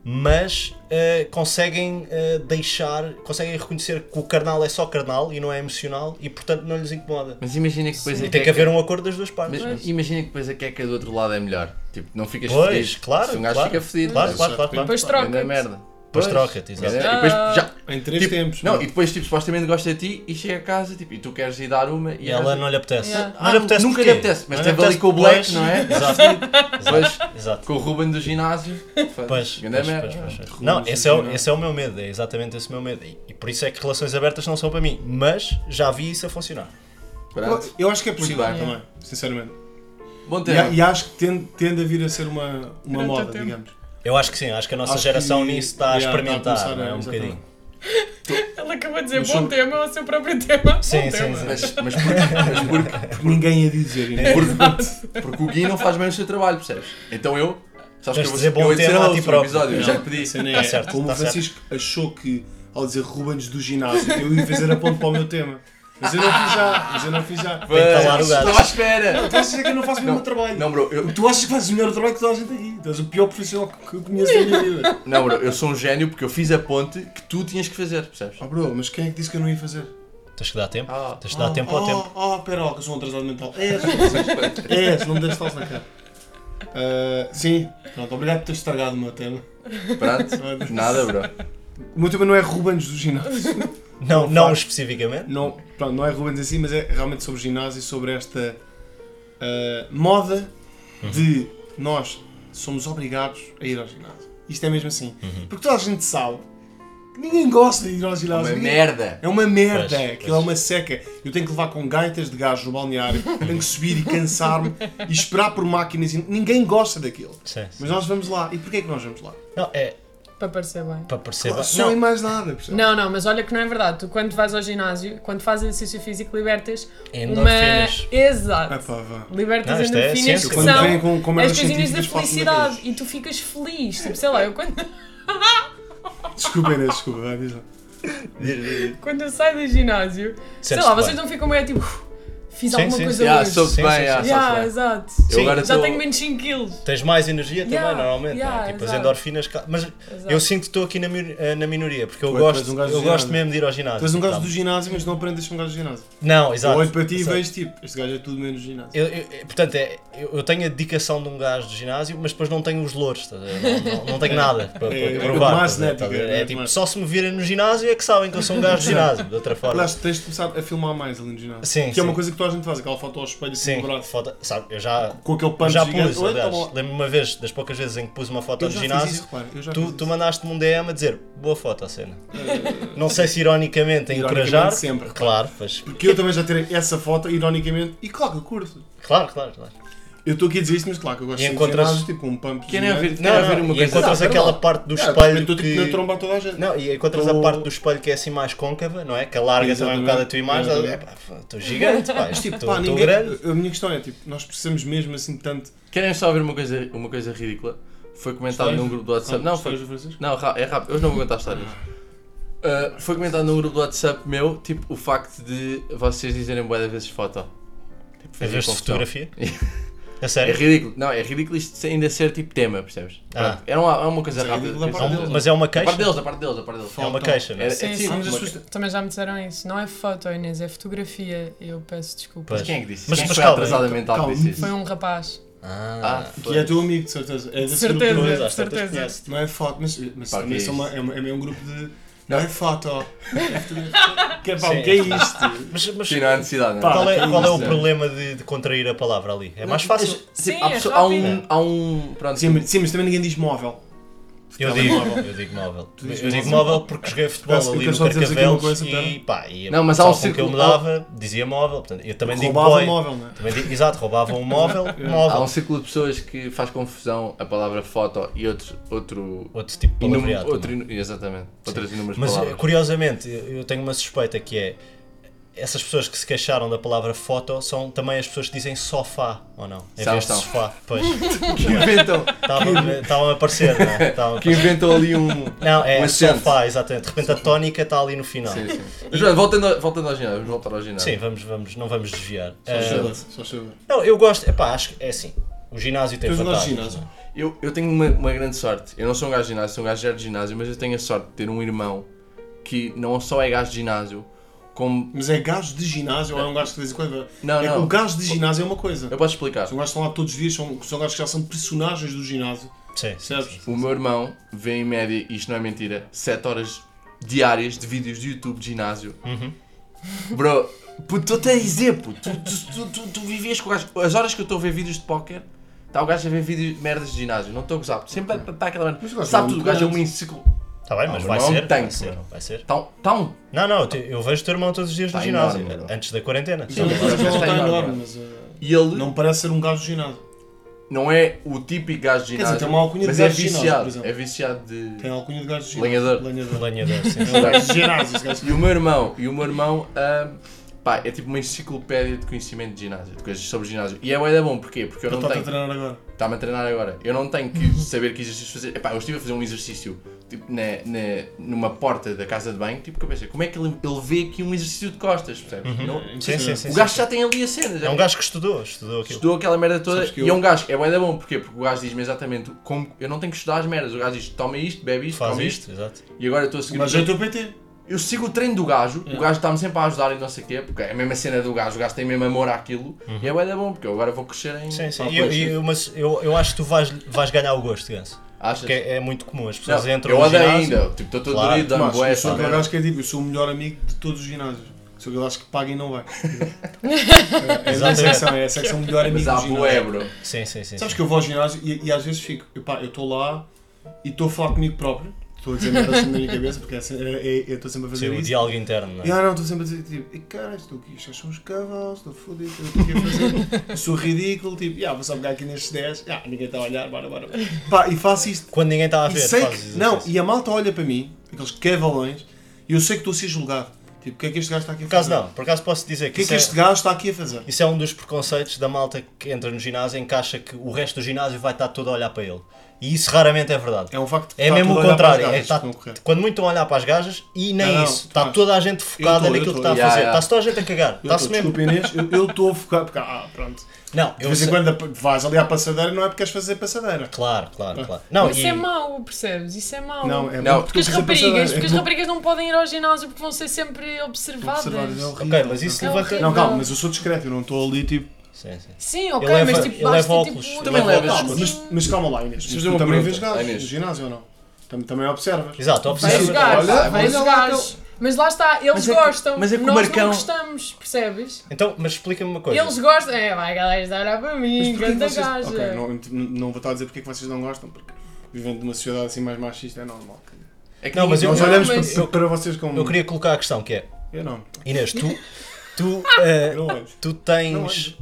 Speaker 4: mas eh, conseguem eh, deixar, conseguem reconhecer que o carnal é só carnal e não é emocional e portanto não lhes incomoda.
Speaker 5: Mas imagina que depois
Speaker 4: E
Speaker 5: a
Speaker 4: tem que
Speaker 5: queca-
Speaker 4: haver um acordo das duas partes.
Speaker 5: mas imagina que depois a queca do outro lado é melhor. Tipo, não ficas
Speaker 4: Pois,
Speaker 5: feliz.
Speaker 4: claro,
Speaker 5: Se um gajo
Speaker 4: claro.
Speaker 5: fica fedido.
Speaker 4: Claro,
Speaker 5: mas-
Speaker 4: claro, claro. claro.
Speaker 3: Depois troca.
Speaker 5: Ainda é merda. é,
Speaker 4: Depois troca-te, exato.
Speaker 5: E depois já.
Speaker 2: Em três
Speaker 5: tipo,
Speaker 2: tempos.
Speaker 5: Não, e depois tipo, supostamente gosta de ti e chega a casa tipo, e tu queres ir dar uma e,
Speaker 4: E ela
Speaker 5: ela-
Speaker 4: não lhe apetece.
Speaker 3: Yeah.
Speaker 4: Não lhe apetece
Speaker 5: nunca lhe
Speaker 4: porquê?
Speaker 5: apetece, mas
Speaker 4: Não lhe
Speaker 5: teve ali
Speaker 4: apetece
Speaker 5: com o Black,
Speaker 4: porque-
Speaker 5: não é?
Speaker 4: Exato,
Speaker 5: Depois,
Speaker 4: exato.
Speaker 5: com o Ruben do ginásio.
Speaker 4: Pois,
Speaker 5: Grande
Speaker 4: pois,
Speaker 5: merda.
Speaker 4: pois, pois, pois. Não, esse é, o, esse é o meu medo, é exatamente esse o meu medo. E, e por isso é que relações abertas não são para mim, mas já vi isso a funcionar.
Speaker 5: Pronto.
Speaker 2: Eu- Eu acho que é possível
Speaker 5: tipo, bem.
Speaker 2: também, sinceramente.
Speaker 5: Bom
Speaker 2: E, a-
Speaker 5: tema.
Speaker 2: e acho que tende, tende a vir a ser uma, uma moda,
Speaker 3: tempo.
Speaker 2: digamos.
Speaker 4: Eu acho que sim, acho que a nossa
Speaker 2: Acho
Speaker 4: geração
Speaker 2: que-
Speaker 4: nisso está a
Speaker 2: yeah, está a
Speaker 4: experimentar
Speaker 2: começar,
Speaker 4: não é?
Speaker 2: é,
Speaker 4: um
Speaker 2: exatamente.
Speaker 4: bocadinho.
Speaker 3: Ela acabou de dizer
Speaker 2: Mas
Speaker 3: bom
Speaker 2: são-
Speaker 3: tema ao seu próprio tema.
Speaker 4: Sim,
Speaker 3: bom
Speaker 4: sim,
Speaker 3: tema.
Speaker 4: sim.
Speaker 2: né?
Speaker 5: Mas, mas porque, mas porque
Speaker 2: Porque ninguém a
Speaker 5: É.
Speaker 2: dizer. ainda.
Speaker 5: Porque, porque o Gui não faz bem o seu trabalhio, percebes? Então eu. Sabes
Speaker 4: Tens
Speaker 5: que eu vou
Speaker 4: de dizer bom
Speaker 5: eu ia dizer
Speaker 4: tema
Speaker 5: ao
Speaker 4: a ti
Speaker 5: último
Speaker 4: próprio.
Speaker 5: episódio, eu já lhe
Speaker 2: A
Speaker 5: pedi.
Speaker 2: cena é,
Speaker 4: Tá certo,
Speaker 2: como
Speaker 4: tá
Speaker 2: o Francisco achou que ao dizer Rubens do ginásio eu ia fazer a ponte para o meu tema. Mas eu não fiz já, mas eu não fiz já.
Speaker 5: Pois,
Speaker 4: calar o gajo.
Speaker 5: Estava à espera!
Speaker 2: Tu achas que eu não faço o
Speaker 5: Não,
Speaker 2: meu trabalho?
Speaker 5: Não, bro, eu,
Speaker 2: Tu achas que fazes melhor o trabalho que toda a gente aqui? Tu és o pior profissional que- que eu conheço na minha vida.
Speaker 5: não, bro, eu sou um gênio porque eu fiz a ponte que tu tinhas que fazer, percebes?
Speaker 2: Oh bro, mas quem é que disse que eu não ia fazer?
Speaker 4: Tens que dar tempo,
Speaker 5: Ah,
Speaker 4: tens que dar tempo ao tempo.
Speaker 2: Oh, pera, ó, que eu sou um atrasado mental. És, és, não me deste talos na cara. Ah, sim, pronto, obrigado por ter estragado o meu tema.
Speaker 5: Pronto, nada, bro.
Speaker 2: O meu tema não é Rubens do ginásio.
Speaker 4: Não, não
Speaker 2: faz.
Speaker 4: especificamente.
Speaker 2: Não, pronto, não é Rubens assim, mas é realmente sobre ginásio e sobre esta ah, moda
Speaker 4: Uhum.
Speaker 2: de
Speaker 4: Uhum.
Speaker 2: nós somos obrigados a ir ao ginásio. Isto é mesmo assim. Porque toda a gente sabe Ninguém gosta de ir ao
Speaker 5: Uma
Speaker 2: ginásio. ninguém-
Speaker 5: merda.
Speaker 2: É uma merda,
Speaker 4: Pois,
Speaker 2: aquilo é uma seca. Eu tenho que levar com gaitas de gás no balneário, tenho que subir e cansar-me e esperar por máquinas. e- Ninguém gosta daquilo.
Speaker 4: Sim, sim.
Speaker 2: Mas nós vamos lá. E porquê é que nós vamos lá?
Speaker 4: Não, é
Speaker 3: Para parecer bem.
Speaker 4: para parecer.
Speaker 2: Só em
Speaker 4: não,
Speaker 2: mais nada, percebes?
Speaker 3: Não, não, mas olha que não é verdade. Tu quando vais ao ginásio, quando fazes exercício físico, libertas
Speaker 4: Endorfinas.
Speaker 3: uma. Exato.
Speaker 2: Ah, pá, vá.
Speaker 3: Libertas
Speaker 4: Não, isto é
Speaker 3: endorfinas
Speaker 4: ciência.
Speaker 3: que
Speaker 4: Quando
Speaker 2: vêm
Speaker 3: são
Speaker 2: com- com merdas
Speaker 3: as coisinhas da
Speaker 2: científicas, faço
Speaker 3: felicidade
Speaker 2: daqueles.
Speaker 3: e tu ficas feliz. Tipo, sei lá, eu quando,
Speaker 2: Desculpem, né? desculpa. vai, diz lá.
Speaker 4: Tá,
Speaker 3: quando eu saio do ginásio, sei
Speaker 4: Sentes-te
Speaker 3: lá,
Speaker 4: bem.
Speaker 3: vocês não ficam meio tipo, "Uf, fiz
Speaker 4: Sim,
Speaker 3: alguma
Speaker 4: sim,
Speaker 3: coisa
Speaker 4: sim.
Speaker 5: Yeah,
Speaker 3: hoje.
Speaker 5: soube
Speaker 4: Sim,
Speaker 5: bem,
Speaker 4: sim,
Speaker 5: yeah,
Speaker 4: sim.
Speaker 5: soube
Speaker 3: Yeah,
Speaker 5: ah, bem.
Speaker 3: exato.
Speaker 5: Eu agora
Speaker 3: Já
Speaker 5: tô-
Speaker 3: tenho menos 5 quilos.
Speaker 4: Tens mais energia
Speaker 3: Yeah,
Speaker 4: também, normalmente. não é?
Speaker 3: yeah,
Speaker 4: tipo, as
Speaker 3: exato.
Speaker 4: endorfinas. cal- Mas eu sinto que estou aqui na, mi- eh, na minoria, porque eu
Speaker 2: Tu é- tu és
Speaker 4: gosto,
Speaker 2: um gajo
Speaker 4: eu
Speaker 2: do
Speaker 4: gosto
Speaker 2: ginásio.
Speaker 4: mesmo de ir ao ginásio.
Speaker 2: Tu és um gajo
Speaker 4: Tá.
Speaker 2: do ginásio, mas não aprendes a ser um gajo do ginásio.
Speaker 4: Não, exato.
Speaker 2: Eu olho para ti e
Speaker 4: Exato.
Speaker 2: vejo tipo, este gajo é tudo menos ginásio.
Speaker 4: Eu- eu- eu- portanto, é, eu, eu tenho a dedicação de um gajo de ginásio, mas depois não tenho os louros, estás a ver? não, não- não tenho nada para, para
Speaker 2: é
Speaker 4: provar.
Speaker 2: mais
Speaker 4: estás a ver? Estás a ver?
Speaker 2: genética,
Speaker 4: É
Speaker 2: é
Speaker 4: tipo,
Speaker 2: mais-
Speaker 4: só se me virem no ginásio é que sabem que eu sou um gajo de ginásio, de outra forma.
Speaker 2: Aliás, tens de começar a filmar mais ali no ginásio.
Speaker 4: Sim,
Speaker 2: que
Speaker 4: sim.
Speaker 2: é uma coisa que toda a gente faz, aquela foto ao espelho assim
Speaker 4: Sim,
Speaker 2: no braço.
Speaker 4: foto- sabe, eu já,
Speaker 2: Com aquele punch
Speaker 4: já
Speaker 2: gigante.
Speaker 4: pus,
Speaker 2: Olha, tá
Speaker 4: aliás,
Speaker 2: bom.
Speaker 4: lembro-me uma vez, das poucas vezes em que pus uma foto
Speaker 2: Eu
Speaker 4: de
Speaker 2: já fiz
Speaker 4: ginásio,
Speaker 2: isso, repara, eu já fiz
Speaker 4: tu, tu
Speaker 2: isso.
Speaker 4: mandaste-me um DM a dizer, boa foto, a cena.
Speaker 2: Eh,
Speaker 4: Não sei se ironicamente a
Speaker 2: Ironicamente
Speaker 4: encorajar,
Speaker 2: sempre, claro.
Speaker 4: claro, mas,
Speaker 2: Porque eu também já tirei essa foto, ironicamente, e claro que eu curto.
Speaker 4: claro, claro, claro.
Speaker 2: Eu estou aqui a dizer isto, mas claro que eu gosto
Speaker 4: E
Speaker 2: de
Speaker 4: encontras-
Speaker 2: ginásio, tipo um pump.
Speaker 5: Querem
Speaker 2: gigante.
Speaker 5: ouvir, querem
Speaker 4: Não,
Speaker 5: ouvir
Speaker 4: não,
Speaker 5: uma
Speaker 4: e
Speaker 5: coisa?
Speaker 4: encontras
Speaker 2: Não, pera
Speaker 4: aquela
Speaker 2: lá.
Speaker 4: parte do
Speaker 2: Ah, também
Speaker 4: espelho
Speaker 2: Estou tipo na
Speaker 4: que...
Speaker 2: tromba a toda a gente.
Speaker 4: Não, e encontras a
Speaker 2: Tô-
Speaker 4: parte do espelho que é assim mais côncava, não é? Que alarga também um
Speaker 2: Exatamente.
Speaker 4: bocado a tua imagem.
Speaker 2: Exatamente.
Speaker 4: Estou gigante, pá.
Speaker 2: Mas tipo,
Speaker 4: Estou
Speaker 2: pá, ninguém...
Speaker 4: grande.
Speaker 2: A minha questão é, tipo, nós precisamos mesmo assim tanto...
Speaker 5: Querem só ouvir uma coisa, uma coisa ridícula? Foi comentado
Speaker 2: Histórias?
Speaker 5: num grupo do WhatsApp. Não, foi.
Speaker 2: Histórias do Francisco?
Speaker 5: Não, ra- é rápido, hoje não vou contar histórias. Uh, foi comentado num grupo do WhatsApp meu, tipo, o facto de vocês dizerem boa vezes foto. Tipo,
Speaker 4: Às
Speaker 5: fazia
Speaker 4: vezes de
Speaker 5: confusão.
Speaker 4: fotografia. A
Speaker 5: É
Speaker 4: sério?
Speaker 5: ridículo, não, é ridículo isto ainda ser tipo tema, percebes?
Speaker 4: Ah.
Speaker 5: Pronto, Era uma, era uma coisa
Speaker 2: Mas é
Speaker 5: rápida.
Speaker 2: ridículo da parte deles.
Speaker 4: Mas é uma
Speaker 5: A parte
Speaker 4: queixa.
Speaker 5: deles, a parte deles, a parte deles.
Speaker 4: É uma
Speaker 2: Faltam.
Speaker 4: queixa, não é?
Speaker 5: Era-
Speaker 3: Sim,
Speaker 5: sim,
Speaker 3: sim,
Speaker 5: mas as
Speaker 2: uma
Speaker 5: pessoas-
Speaker 3: Também já me disseram isso. Não é foto, Inês, é fotografia. Eu peço desculpa.
Speaker 4: Pois.
Speaker 5: Quem é que disse isso?
Speaker 4: Mas-
Speaker 5: Quem
Speaker 4: mas
Speaker 5: foi
Speaker 4: calma,
Speaker 5: atrasada
Speaker 2: calma.
Speaker 5: mental que disse isso?
Speaker 3: Foi um rapaz.
Speaker 5: Ah,
Speaker 4: Ah.
Speaker 2: Que é
Speaker 5: foi.
Speaker 2: teu amigo, de certeza. É desse grupo
Speaker 3: Certeza.
Speaker 2: de
Speaker 4: Pois,
Speaker 2: amigos.
Speaker 4: às tantas
Speaker 3: certeza.
Speaker 4: conhece.
Speaker 2: Não é foto, mas, mas
Speaker 5: Pá, que
Speaker 2: também
Speaker 5: é
Speaker 2: são
Speaker 5: isso?
Speaker 2: uma, é, uma- é meio um grupo de... Não é foto. que é pá,
Speaker 4: Sim.
Speaker 2: o que é isto?
Speaker 4: Mas, mas
Speaker 5: Sim, não há necessidade, não é?
Speaker 4: qual, é,
Speaker 2: que
Speaker 4: qual é o
Speaker 2: isso,
Speaker 4: problema de, de contrair a palavra ali? É mais fácil.
Speaker 5: Tipo,
Speaker 3: Sim,
Speaker 5: há,
Speaker 3: é
Speaker 5: pessoa- há um,
Speaker 3: rápido.
Speaker 5: há um. Pronto,
Speaker 2: Sim, mas, sim, mas também ninguém diz móvel.
Speaker 4: Eu digo, eu digo móvel.
Speaker 2: dizes
Speaker 4: Eu digo
Speaker 2: móvel?
Speaker 4: móvel porque joguei futebol
Speaker 2: Eu quero
Speaker 4: ali no
Speaker 2: só dizer aqui uma
Speaker 4: Carcavelos
Speaker 2: coisa, tá?
Speaker 4: e pá, e
Speaker 5: Não, mas
Speaker 4: o
Speaker 5: há um
Speaker 4: pessoal com que eu
Speaker 5: círculo-
Speaker 4: me dava dizia móvel. Portanto, eu também digo
Speaker 2: Roubava
Speaker 4: boy.
Speaker 2: móvel, É. não é?
Speaker 4: Também digo, exato, roubavam um móvel,
Speaker 5: Há um
Speaker 4: móvel.
Speaker 5: círculo de pessoas que faz confusão a palavra foto e outro. outro,
Speaker 4: Outro tipo de
Speaker 5: inúmero-
Speaker 4: palavreado. também.
Speaker 5: outro inu- exatamente. Outras inúmeras
Speaker 4: Mas é eh,
Speaker 5: palavras.
Speaker 4: curiosamente, eu eu tenho uma suspeita que é essas pessoas que se queixaram da palavra foto são também as pessoas que dizem sofá ou não? Em
Speaker 5: Já
Speaker 4: vez de
Speaker 5: estão.
Speaker 4: sofá. Pois,
Speaker 5: Que inventam,
Speaker 4: estavam a aparecer, não é? Estavam a
Speaker 5: que
Speaker 4: aparecer.
Speaker 5: inventam ali um.
Speaker 4: Não, é
Speaker 5: um acento.
Speaker 4: sofá, exatamente. De repente a tónica está ali no final.
Speaker 5: Sim, tá.
Speaker 4: Sim,
Speaker 5: sim. Mas, Joana, voltando, ao- voltando ao ginásio, vamos voltar ao ginásio.
Speaker 4: vamos, vamos, não vamos desviar.
Speaker 2: Só
Speaker 4: Ah,
Speaker 2: chega, só chega.
Speaker 4: não, eu gosto, epá, acho que é assim. O ginásio tem
Speaker 2: Tu és um gajo de
Speaker 4: vantagens.
Speaker 2: ginásio?
Speaker 4: não é?
Speaker 5: Eu, eu tenho uma, uma grande sorte. Eu não sou um gajo de ginásio, sou um gajo de ginásio, mas eu tenho a sorte de ter um irmão que não só é gajo de ginásio, como.
Speaker 2: Mas é gajo de ginásio ou é um gajo que de vez em quando.
Speaker 5: Não,
Speaker 2: é que
Speaker 5: não.
Speaker 2: O gajo de ginásio é uma coisa.
Speaker 5: Eu posso explicar.
Speaker 2: São gajos que estão lá todos os dias, são, são gajos que já são personagens do ginásio.
Speaker 4: Sim, sim.
Speaker 2: Percebes?
Speaker 5: O meu irmão vê em média, e isto não é mentira, 7 horas diárias de vídeos de YouTube de ginásio.
Speaker 2: Uhum.
Speaker 5: Bro, puto, estou-te a dizer, puto, tu, tu, tu, tu, tu vivias com o gajo. As horas que eu estou a ver vídeos de póquer, está o gajo a ver vídeos de merdas de ginásio, não estou a gozar. puto. Sempre está aquela
Speaker 2: Mas
Speaker 5: merda.
Speaker 2: o gajo
Speaker 5: Sabe
Speaker 2: não
Speaker 5: tudo,
Speaker 2: é
Speaker 5: o
Speaker 2: muito
Speaker 5: gajo é uma
Speaker 2: grande.
Speaker 5: enciclo.
Speaker 4: Está Tá bem,
Speaker 5: Ah,
Speaker 4: mas
Speaker 5: o
Speaker 4: vai
Speaker 5: irmão tem
Speaker 4: ser. Vai
Speaker 5: que
Speaker 4: ser,
Speaker 5: ser.
Speaker 4: vai ser.
Speaker 5: Está um. Tá um
Speaker 4: Não, não, eu te- eu vejo o teu irmão todos os dias no
Speaker 5: Tá
Speaker 4: ginásio,
Speaker 5: enorme, bro.
Speaker 4: antes da quarentena.
Speaker 2: Sim, mas ele
Speaker 5: Está
Speaker 2: está
Speaker 5: enorme.
Speaker 2: enorme, mas. eh,
Speaker 5: e ele
Speaker 2: Não
Speaker 5: não,
Speaker 2: parece ser um gajo de ginásio.
Speaker 5: é o típico gajo de
Speaker 2: Quer dizer,
Speaker 5: ginásio.
Speaker 2: tem uma alcunha de
Speaker 5: mas é
Speaker 2: gajo de ginásio, por
Speaker 5: viciado.
Speaker 2: exemplo.
Speaker 5: é viciado de.
Speaker 2: Tem alcunha de gajo de ginásio.
Speaker 5: Lenhador.
Speaker 2: Lenhador.
Speaker 4: Lenhador, sim.
Speaker 2: É um gajo de ginásio, esse gajo.
Speaker 5: E o meu irmão, e o meu irmão ah, pá, é tipo uma enciclopédia de conhecimento de ginásio, de coisas sobre ginásio. E é bué da bom, porquê? Porque eu não
Speaker 2: Ele está a
Speaker 5: tenho.
Speaker 2: treinar agora.
Speaker 5: Está-me a treinar agora. Eu não tenho que saber que exercício fazer. Epá, eu estive a fazer um exercício tipo, na, na- numa porta da casa de banho, tipo que eu pensei, como é que ele, ele vê aqui um exercício de costas, percebes? Não-
Speaker 4: Sim, sim, sim.
Speaker 5: o
Speaker 4: sim.
Speaker 5: gajo já tem ali a cena. Já
Speaker 4: É um gajo que estudou, estudou aquilo.
Speaker 5: Estudou aquela merda toda
Speaker 2: Sabes que
Speaker 5: e é
Speaker 2: eu-
Speaker 5: um gajo, é bué da bom, porquê? Porque o gajo diz-me exatamente como. Eu não tenho que estudar as merdas, o gajo diz toma isto, bebe isto,
Speaker 4: Faz
Speaker 5: come isto.
Speaker 4: isto, exato.
Speaker 5: e agora eu estou a seguir o
Speaker 2: Mas é o teu PT.
Speaker 5: eu sigo o treino do gajo,
Speaker 4: Hum.
Speaker 5: o gajo está-me sempre a ajudar e não sei o quê, porque é a mesma cena do gajo, o gajo tem mesmo amor àquilo, e é bué da bom, porque eu agora vou crescer em...
Speaker 4: Uhum. Sim, sim.
Speaker 5: Ah,
Speaker 4: E eu,
Speaker 5: pois,
Speaker 4: e eu- mas eu, eu acho que tu vais, vais ganhar o gosto, Ganso.
Speaker 5: Achas?
Speaker 4: Porque é, é muito comum, as
Speaker 5: Não,
Speaker 4: pessoas entram
Speaker 5: eu
Speaker 4: no
Speaker 5: odeio
Speaker 4: ginásio.
Speaker 5: ainda, tipo, estou todo
Speaker 4: Claro,
Speaker 5: dorido, dá-me
Speaker 2: Mas
Speaker 5: bué,
Speaker 2: eu sou
Speaker 5: sabe?
Speaker 2: aquele gajo que é tipo, eu sou o melhor amigo de todos os ginásios. Sou aquele gajo que paga e não vai. É, é a minha
Speaker 4: Exatamente.
Speaker 2: secção, é a secção melhor amigo
Speaker 5: Mas há
Speaker 2: do ginásio.
Speaker 5: bué, bro.
Speaker 4: Sim, sim, sim.
Speaker 2: Sabes
Speaker 4: sim.
Speaker 2: que eu vou ao ginásio e, e às vezes fico, epá, eu estou lá e estou a falar comigo próprio. Estou a dizer merdas na minha cabeça porque é assim- é- é- eu estou sempre a fazer
Speaker 4: Ser o
Speaker 2: isso.
Speaker 4: diálogo interno, não é?
Speaker 2: E ah, não, estou sempre a dizer, tipo, "E caralho, estou aqui, isto são uns cavalos, estou fodido, eu estou aqui a fazer, sou ridículo, tipo, ah, vou só pegar aqui nestes 10, ah, ninguém está a olhar, bora, bora. Pá, e faço isto.
Speaker 4: Quando ninguém está Tá a
Speaker 2: E
Speaker 4: ver,
Speaker 2: sei
Speaker 4: fazes
Speaker 2: que,
Speaker 4: isso.
Speaker 2: não, e a malta olha para mim, aqueles cavalões, e eu sei que estou a ser julgado. Tipo, o que é que este gajo está aqui a
Speaker 4: Por acaso
Speaker 2: fazer?
Speaker 4: não, por acaso posso dizer
Speaker 2: O
Speaker 4: que,
Speaker 2: que é
Speaker 4: isso,
Speaker 2: que
Speaker 4: é,
Speaker 2: este gajo está aqui a fazer?
Speaker 4: isso é um dos preconceitos da malta que entra no ginásio em que acha que o resto do ginásio vai estar todo a olhar para ele. E isso raramente é verdade.
Speaker 2: É um facto que
Speaker 4: É
Speaker 2: está
Speaker 4: mesmo
Speaker 2: tudo
Speaker 4: o
Speaker 2: a olhar para as
Speaker 4: contrário.
Speaker 2: gajas
Speaker 4: é, tá-
Speaker 2: que estão a correr.
Speaker 4: quando muito estão a olhar para as gajas e nem
Speaker 2: Não, não,
Speaker 4: isso.
Speaker 2: tu
Speaker 4: Está
Speaker 2: vais.
Speaker 4: toda a gente focada
Speaker 2: Eu tô, eu
Speaker 4: naquilo
Speaker 2: tô,
Speaker 4: que está a
Speaker 5: yeah,
Speaker 4: fazer.
Speaker 5: yeah.
Speaker 4: Está-se toda a gente a cagar.
Speaker 2: Eu
Speaker 4: Está-se
Speaker 2: estou,
Speaker 4: mesmo.
Speaker 2: desculpa Inês, eu- eu estou a focar, porque, ah, pronto.
Speaker 4: Não,
Speaker 2: De
Speaker 4: eu
Speaker 2: vez em
Speaker 4: sei-
Speaker 2: quando ap- vais ali à passadeira não é porque queres fazer passadeira.
Speaker 4: Claro,
Speaker 2: Ah.
Speaker 4: claro, claro. Não,
Speaker 3: Isso
Speaker 4: e-
Speaker 3: é mau, percebes? Isso é mau.
Speaker 2: Não, é
Speaker 5: Não,
Speaker 2: bom
Speaker 3: Porque as
Speaker 2: tu fazer
Speaker 3: raparigas,
Speaker 2: passadeira. É
Speaker 3: porque as
Speaker 2: bom
Speaker 3: raparigas não podem ir ao ginásio porque vão ser sempre
Speaker 2: tu observares, é
Speaker 3: observadas.
Speaker 2: horrível.
Speaker 4: Ok, mas isso
Speaker 3: É
Speaker 4: levanta.
Speaker 3: horrível.
Speaker 2: Não, calma, mas eu sou discreto, eu não estou ali tipo.
Speaker 4: Sim, sim.
Speaker 3: Sim, ok,
Speaker 4: Ele leva-
Speaker 3: mas tipo,
Speaker 4: ele
Speaker 3: basta
Speaker 4: leva óculos.
Speaker 3: tipo.
Speaker 4: Ele
Speaker 5: Também
Speaker 3: um-
Speaker 5: leva
Speaker 2: Calma,
Speaker 5: óculos.
Speaker 2: mas, mas calma lá, Inês.
Speaker 5: Deixa eu
Speaker 2: Mas
Speaker 5: fazer
Speaker 2: tu
Speaker 5: uma
Speaker 2: também vês
Speaker 5: pergunta,
Speaker 2: gajos no
Speaker 5: Inês.
Speaker 2: ginásio ou não? Também, também observas.
Speaker 4: Ah, Exato,
Speaker 3: Vai
Speaker 4: observa.
Speaker 3: jogar,
Speaker 2: Olha,
Speaker 3: vai
Speaker 2: olha lá
Speaker 3: jogar.
Speaker 2: aquele-
Speaker 3: Mas lá está, eles
Speaker 5: Mas é que-
Speaker 3: gostam,
Speaker 5: mas é que o
Speaker 3: nós
Speaker 5: Marcão-
Speaker 3: não gostamos, percebes?
Speaker 4: Então, mas explica-me uma coisa.
Speaker 3: Eles gostam, é, vai galera, isto olha para mim,
Speaker 2: Mas porquê que
Speaker 3: grande
Speaker 2: vocês-
Speaker 3: gaja.
Speaker 2: Ok, não, não vou estar a dizer porque é que vocês não gostam, porque vivendo numa sociedade assim mais machista é normal.
Speaker 5: É que
Speaker 4: Não, mas
Speaker 5: ninguém-
Speaker 2: Nós
Speaker 3: não,
Speaker 2: olhamos
Speaker 3: mas-
Speaker 2: para, para vocês como.
Speaker 4: Eu queria colocar a questão que é,
Speaker 2: Eu não.
Speaker 4: Inês, tu, tu, eh,
Speaker 2: Eu não olho.
Speaker 4: tu tens,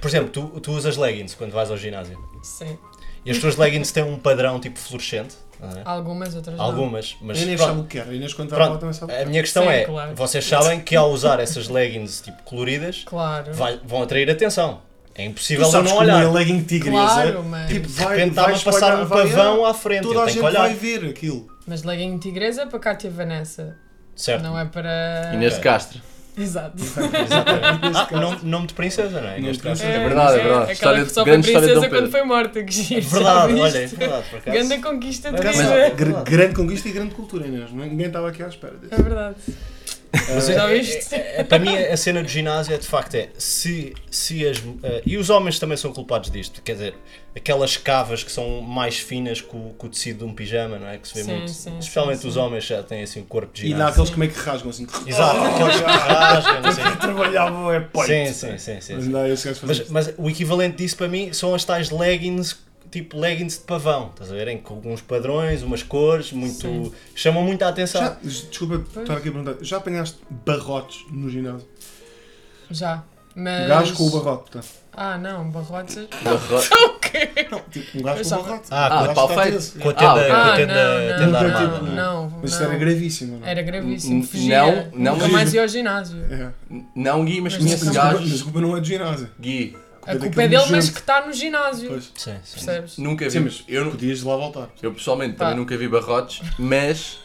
Speaker 4: por exemplo, tu, tu usas leggings quando vais ao ginásio
Speaker 3: Sim,
Speaker 4: e as tuas leggings têm um padrão tipo fluorescente, não é?
Speaker 3: algumas outras não.
Speaker 4: algumas, mas
Speaker 2: A Inês sabe
Speaker 4: pronto,
Speaker 2: o que quer. A Inês quando está lá
Speaker 4: pronto.
Speaker 2: também sabe o que
Speaker 4: a
Speaker 2: quer.
Speaker 4: minha questão
Speaker 3: Sim,
Speaker 4: é,
Speaker 3: claro.
Speaker 4: vocês sabem que ao usar essas leggings tipo coloridas
Speaker 3: Claro.
Speaker 4: vai- vão atrair atenção, é
Speaker 2: Tu
Speaker 4: impossível eu
Speaker 2: sabes é
Speaker 4: não
Speaker 2: que uma
Speaker 4: olhar,
Speaker 2: legging tigresa,
Speaker 3: Claro, mas-
Speaker 2: Tipo,
Speaker 4: de
Speaker 2: vai,
Speaker 4: repente
Speaker 2: vai
Speaker 4: está-me a passar
Speaker 2: espalhar-
Speaker 4: um
Speaker 2: vai-
Speaker 4: pavão à frente,
Speaker 2: Toda
Speaker 4: eu
Speaker 2: a
Speaker 4: tenho
Speaker 2: gente
Speaker 4: que olhar,
Speaker 2: vai ver aquilo.
Speaker 3: Mas legging tigresa é para Cátia Vanessa,
Speaker 4: certo?
Speaker 3: não é para.
Speaker 5: Inês de Castro.
Speaker 3: Exato.
Speaker 4: Exatamente. Ah, nome, nome de princesa, não é?
Speaker 2: Nome de
Speaker 4: Neste caso.
Speaker 2: princesa.
Speaker 5: É verdade, é
Speaker 3: mas
Speaker 5: verdade.
Speaker 3: Aquela
Speaker 5: História-
Speaker 3: que só foi
Speaker 5: grande história de
Speaker 3: princesa
Speaker 5: Dom Pedro.
Speaker 3: quando foi morta, que giro.
Speaker 4: Verdade,
Speaker 3: já
Speaker 4: olha, é
Speaker 3: viste?
Speaker 4: verdade, por acaso.
Speaker 3: Grande conquista de
Speaker 4: Mas-
Speaker 3: Inês.
Speaker 4: É
Speaker 2: Gr-
Speaker 4: verdade.
Speaker 2: grande conquista e grande cultura, Inês. é? Ninguém estava aqui à espera disso.
Speaker 3: É verdade.
Speaker 4: Mas
Speaker 3: Já
Speaker 4: é-
Speaker 3: viste?
Speaker 4: é- é- para mim, a cena do ginásio é de facto é se, se as. eh, e os homens também são culpados disto, quer dizer, aquelas cavas que são mais finas que o, que o tecido de um pijama, não é? Que se vê
Speaker 3: Sim,
Speaker 4: muito.
Speaker 3: sim,
Speaker 4: especialmente
Speaker 3: sim,
Speaker 4: os
Speaker 3: sim.
Speaker 4: homens já têm assim o corpo de
Speaker 2: E dá
Speaker 4: ginásio.
Speaker 2: aqueles que meio que rasgam assim.
Speaker 4: Exato, aqueles que rasgam, não sei.
Speaker 2: Trabalhavam é poito.
Speaker 4: Sim, sim, sim, sim,
Speaker 2: Mas
Speaker 4: sim.
Speaker 2: não, esses gajos fazem
Speaker 4: Mas,
Speaker 2: isso.
Speaker 4: mas o equivalente disso para mim são as tais leggings, tipo leggings de pavão, estás a ver? Em que alguns padrões, umas cores, muito.
Speaker 3: Sim.
Speaker 4: chamam muita atenção.
Speaker 2: Já, desculpa estar aqui a perguntar, já apanhaste barrotes no ginásio?
Speaker 3: Já. Mas.
Speaker 2: Um gajo com o barrote, portanto.
Speaker 3: Ah, não, barrotes.
Speaker 2: Não, tipo, um gajo
Speaker 3: Eu
Speaker 2: com o
Speaker 3: já-
Speaker 2: barrote.
Speaker 4: Ah,
Speaker 2: Um
Speaker 5: ah,
Speaker 2: gajo
Speaker 5: pau
Speaker 2: está
Speaker 5: feito.
Speaker 2: teso.
Speaker 4: Com a
Speaker 5: Ah,
Speaker 4: tenda,
Speaker 5: ok.
Speaker 4: com É, a
Speaker 3: Ah,
Speaker 4: tenda,
Speaker 3: não,
Speaker 4: tenda
Speaker 3: não,
Speaker 4: armada.
Speaker 2: não.
Speaker 4: não é?
Speaker 3: Não, não.
Speaker 2: Mas isto era gravíssimo, não é?
Speaker 3: Era gravíssimo.
Speaker 5: Não,
Speaker 3: Fugia.
Speaker 5: não,
Speaker 3: Nunca
Speaker 5: mas-
Speaker 3: mais ia ao ginásio.
Speaker 2: É.
Speaker 5: Não, Gui, mas
Speaker 3: Mas
Speaker 5: conheço
Speaker 3: não-
Speaker 2: Mas a culpa- Mas a
Speaker 5: gajos.
Speaker 2: culpa não é do ginásio.
Speaker 5: Gui,
Speaker 3: A culpa
Speaker 2: daquele
Speaker 3: é dele, mas
Speaker 2: nojento.
Speaker 3: que está no ginásio.
Speaker 2: Pois.
Speaker 4: Sim, sim.
Speaker 3: Percebes?
Speaker 5: nunca
Speaker 2: Sim,
Speaker 5: vi.
Speaker 2: mas
Speaker 5: Eu,
Speaker 2: podias lá voltar.
Speaker 5: eu pessoalmente também
Speaker 3: Pá.
Speaker 5: nunca vi barrotes, mas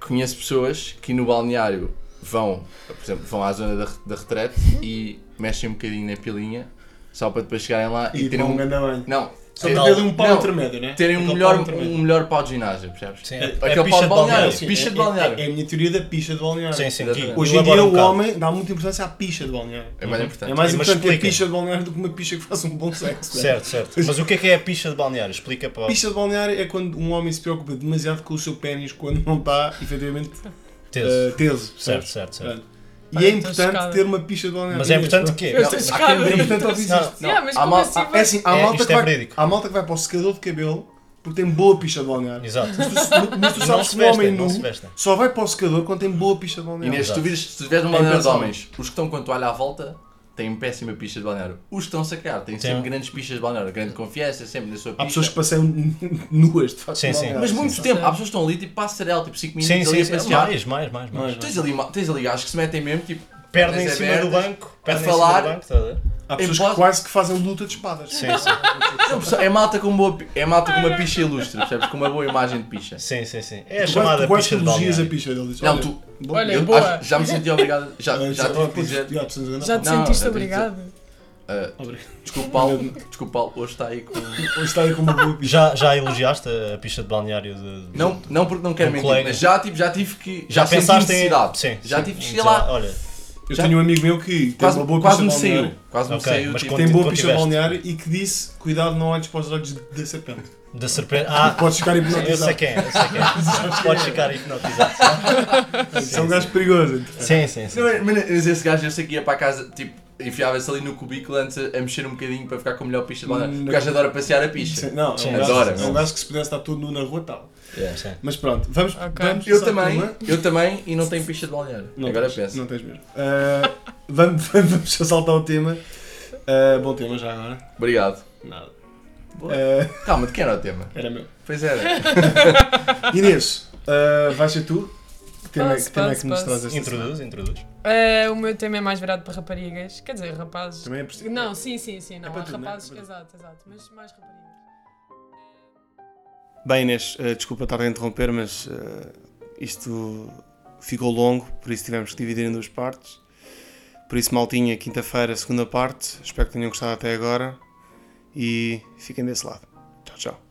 Speaker 5: conheço pessoas que no balneário vão, por exemplo, vão à zona da, da retrete e mexem um bocadinho na pilinha só para depois chegarem lá e,
Speaker 2: E
Speaker 5: terem
Speaker 2: tomar um
Speaker 5: um.
Speaker 2: grande banho.
Speaker 5: Não,
Speaker 2: Só
Speaker 5: ter-
Speaker 2: para ter um pau
Speaker 5: não,
Speaker 2: intermédio, não é?
Speaker 5: terem um
Speaker 2: Aquele
Speaker 5: melhor,
Speaker 2: pau intermédio.
Speaker 5: um melhor pau de ginásio, percebes?
Speaker 4: Sim, é- é
Speaker 5: Aquele pau
Speaker 4: picha
Speaker 5: de
Speaker 4: de
Speaker 5: balneário,
Speaker 4: balneário, sim,
Speaker 5: picha
Speaker 2: é-
Speaker 5: de
Speaker 2: é-
Speaker 5: balneário.
Speaker 2: É,
Speaker 5: É,
Speaker 2: a minha teoria da picha de balneário.
Speaker 4: Sim, sim.
Speaker 5: Exatamente.
Speaker 4: que-
Speaker 2: Hoje em
Speaker 4: elabora
Speaker 2: dia
Speaker 4: um
Speaker 2: o
Speaker 4: bocado.
Speaker 2: homem dá muita importância à picha de balneário.
Speaker 5: mais
Speaker 2: É
Speaker 5: importante.
Speaker 2: mais
Speaker 4: Mas
Speaker 2: importante ter
Speaker 4: explica.
Speaker 2: picha de balneário do que uma picha que faça um bom sexo.
Speaker 4: Certo, certo. Mas o que é que é a picha de balneário? Explica para.
Speaker 2: Picha de balneário é quando um homem se preocupa demasiado com o seu pênis quando não está efetivamente
Speaker 4: Teso.
Speaker 2: eh, teso.
Speaker 4: Certo, certo, certo.
Speaker 2: Pronto.
Speaker 3: Olha,
Speaker 2: E é
Speaker 3: estou
Speaker 2: importante
Speaker 3: chocada.
Speaker 2: ter uma picha de balneário.
Speaker 4: Mas é importante
Speaker 2: Pronto.
Speaker 4: que.
Speaker 3: Eu estou
Speaker 5: há quem
Speaker 3: chocada.
Speaker 2: É
Speaker 5: brinque.
Speaker 2: importante ouvir
Speaker 4: Não,
Speaker 2: isto.
Speaker 5: não,
Speaker 3: Yeah, mas
Speaker 5: há
Speaker 3: como
Speaker 5: mal-
Speaker 3: assim
Speaker 5: há-
Speaker 3: vai-
Speaker 2: É assim, há,
Speaker 4: É,
Speaker 2: malta
Speaker 4: isto
Speaker 2: que
Speaker 4: é
Speaker 2: vai,
Speaker 4: verídico.
Speaker 2: há malta que vai para o secador de cabelo porque tem boa picha de balneário.
Speaker 4: Exato.
Speaker 2: Mas tu, mas tu
Speaker 4: Não
Speaker 2: sabes
Speaker 4: se
Speaker 2: que um homem
Speaker 4: vestem, não
Speaker 2: nu
Speaker 4: se vestem.
Speaker 2: só vai para o secador quando tem boa picha de balneário.
Speaker 5: Inês, se tu
Speaker 4: Exato.
Speaker 5: vires, se tiveres num balneário de
Speaker 2: É impensável.
Speaker 5: homens, os que estão com a toalha à volta têm péssima picha de balneário. Os que estão sacados têm sempre grandes pichas de balneário, grande confiança, sempre na sua picha.
Speaker 2: Há pessoas que passeiam nuas de facto.
Speaker 4: Sim, sim.
Speaker 5: Mas muito
Speaker 4: Sim,
Speaker 5: tempo, há pessoas que estão ali tipo passarela, tipo 5 minutos
Speaker 4: Sim,
Speaker 5: ali
Speaker 4: sim,
Speaker 5: a
Speaker 4: sim.
Speaker 5: passear.
Speaker 4: Mais, mais, mais, mais.
Speaker 2: Mais.
Speaker 5: Tens ali, ma- tens ali gajos que se metem mesmo, tipo,
Speaker 2: é
Speaker 4: Perna em
Speaker 5: pernas
Speaker 4: cima do
Speaker 5: abertas.
Speaker 4: banco. Perna em
Speaker 5: falar.
Speaker 4: cima do banco, estás a ver?
Speaker 2: Há pessoas
Speaker 5: Embora-
Speaker 2: que quase que fazem luta de espadas.
Speaker 4: Sim, É sim.
Speaker 5: Não, pessoal, É malta com boa, pi- é malta com uma picha ilustre, percebes? Com uma boa imagem de picha.
Speaker 4: Sim, sim, sim. É a
Speaker 2: Tu quase-
Speaker 4: chamada
Speaker 2: tu quase
Speaker 4: picha de
Speaker 2: que elogias
Speaker 4: balneário.
Speaker 2: a picha dele. Diz,
Speaker 5: Não,
Speaker 2: olha,
Speaker 5: tu-
Speaker 2: bom-
Speaker 3: Olha,
Speaker 5: Eu
Speaker 3: boa.
Speaker 5: acho- já me senti obrigado, já,
Speaker 2: Ah,
Speaker 5: já
Speaker 4: um
Speaker 5: tive que
Speaker 2: pois,
Speaker 5: dizer.
Speaker 2: já, tu tens-
Speaker 3: Já te
Speaker 5: Não,
Speaker 3: sentiste
Speaker 5: não,
Speaker 3: obrigado?
Speaker 5: ah,
Speaker 2: Obrigado.
Speaker 5: desculpa, Paulo, desculpa, Paulo, hoje está aí com.
Speaker 2: Hoje está aí com uma boa picha.
Speaker 4: Já, já elogiaste a a picha de balneário de. de-
Speaker 5: Não, não porque não quero
Speaker 4: Um
Speaker 5: mentir,
Speaker 4: colega.
Speaker 5: mas já, tipo, já tive que.
Speaker 4: Já,
Speaker 5: senti
Speaker 4: pensaste em.
Speaker 5: necessidade.
Speaker 4: Sim.
Speaker 5: já
Speaker 4: sim.
Speaker 5: tive que
Speaker 4: Em
Speaker 5: chegar
Speaker 4: dizer,
Speaker 5: lá.
Speaker 4: Olha,
Speaker 2: Eu
Speaker 5: Já-
Speaker 2: tenho um amigo meu que tem
Speaker 5: Quase,
Speaker 2: uma boa
Speaker 5: quase um me
Speaker 2: picha de balneário.
Speaker 5: saiu. Quase me
Speaker 4: Ok,
Speaker 5: saiu.
Speaker 4: mas
Speaker 5: tipo,
Speaker 4: conti-
Speaker 2: Tem boa picha de
Speaker 4: Contiveste.
Speaker 2: balneário e que disse: cuidado, não olhes para os olhos da serpente.
Speaker 4: da serpente. Ah,
Speaker 2: Podes ficar
Speaker 4: eu sei
Speaker 2: hipnotizado.
Speaker 4: quem é, eu sei quem é. Podes ficar hipnotizado.
Speaker 2: Isso é um gajo perigoso.
Speaker 4: Sim, sim, sim.
Speaker 5: Não, mas esse gajo eu sei que ia para a casa, tipo, enfiava-se ali no cubículo antes a a mexer um bocadinho para ficar com a melhor picha de lá.
Speaker 2: Hum,
Speaker 5: O gajo adora passear a picha.
Speaker 2: Não, é um
Speaker 4: Sim.
Speaker 2: gajo-
Speaker 5: Adora,
Speaker 2: é um
Speaker 5: não.
Speaker 2: gajo que se pudesse estar todo nu na rua tal.
Speaker 4: Yeah, sim.
Speaker 2: Mas pronto, vamos.
Speaker 3: Ok.
Speaker 2: vamos
Speaker 5: Eu
Speaker 2: passar por
Speaker 5: também,
Speaker 2: uma-
Speaker 5: eu também, e não tenho picha de balneário.
Speaker 2: é? Não
Speaker 5: Agora
Speaker 2: tens,
Speaker 5: penso.
Speaker 2: Não tens mesmo. Ah, vamos, vamos assaltar o tema. Ah, bom tema já agora.
Speaker 5: Obrigado.
Speaker 2: Nada.
Speaker 5: Boa.
Speaker 2: Ah,
Speaker 5: Calma, de quem era o tema?
Speaker 2: era meu.
Speaker 5: Pois era.
Speaker 2: Inês, ah, vais ser tu? Que tema, é-
Speaker 3: Posso,
Speaker 2: que, tema é
Speaker 3: posso,
Speaker 2: que nos
Speaker 3: posso.
Speaker 2: traz esta semana?
Speaker 4: Introduz, introduz.
Speaker 3: Eh, o meu tema é mais virado para raparigas. Quer dizer, rapazes.
Speaker 2: Também é preciso.
Speaker 3: Não, sim, sim, sim. Não,
Speaker 2: para
Speaker 3: há
Speaker 2: tudo, não é?
Speaker 3: rapazes.
Speaker 2: É para tudo.
Speaker 3: Exato, exato. Mas mais raparigas.
Speaker 2: Bem, Inês, eh, desculpa estar a interromper, mas eh, isto ficou longo, por isso tivemos que dividir em duas partes. Por isso, maltinha, quinta-feira, segunda parte. Espero que tenham gostado até agora e fiquem desse lado. Tchau, tchau.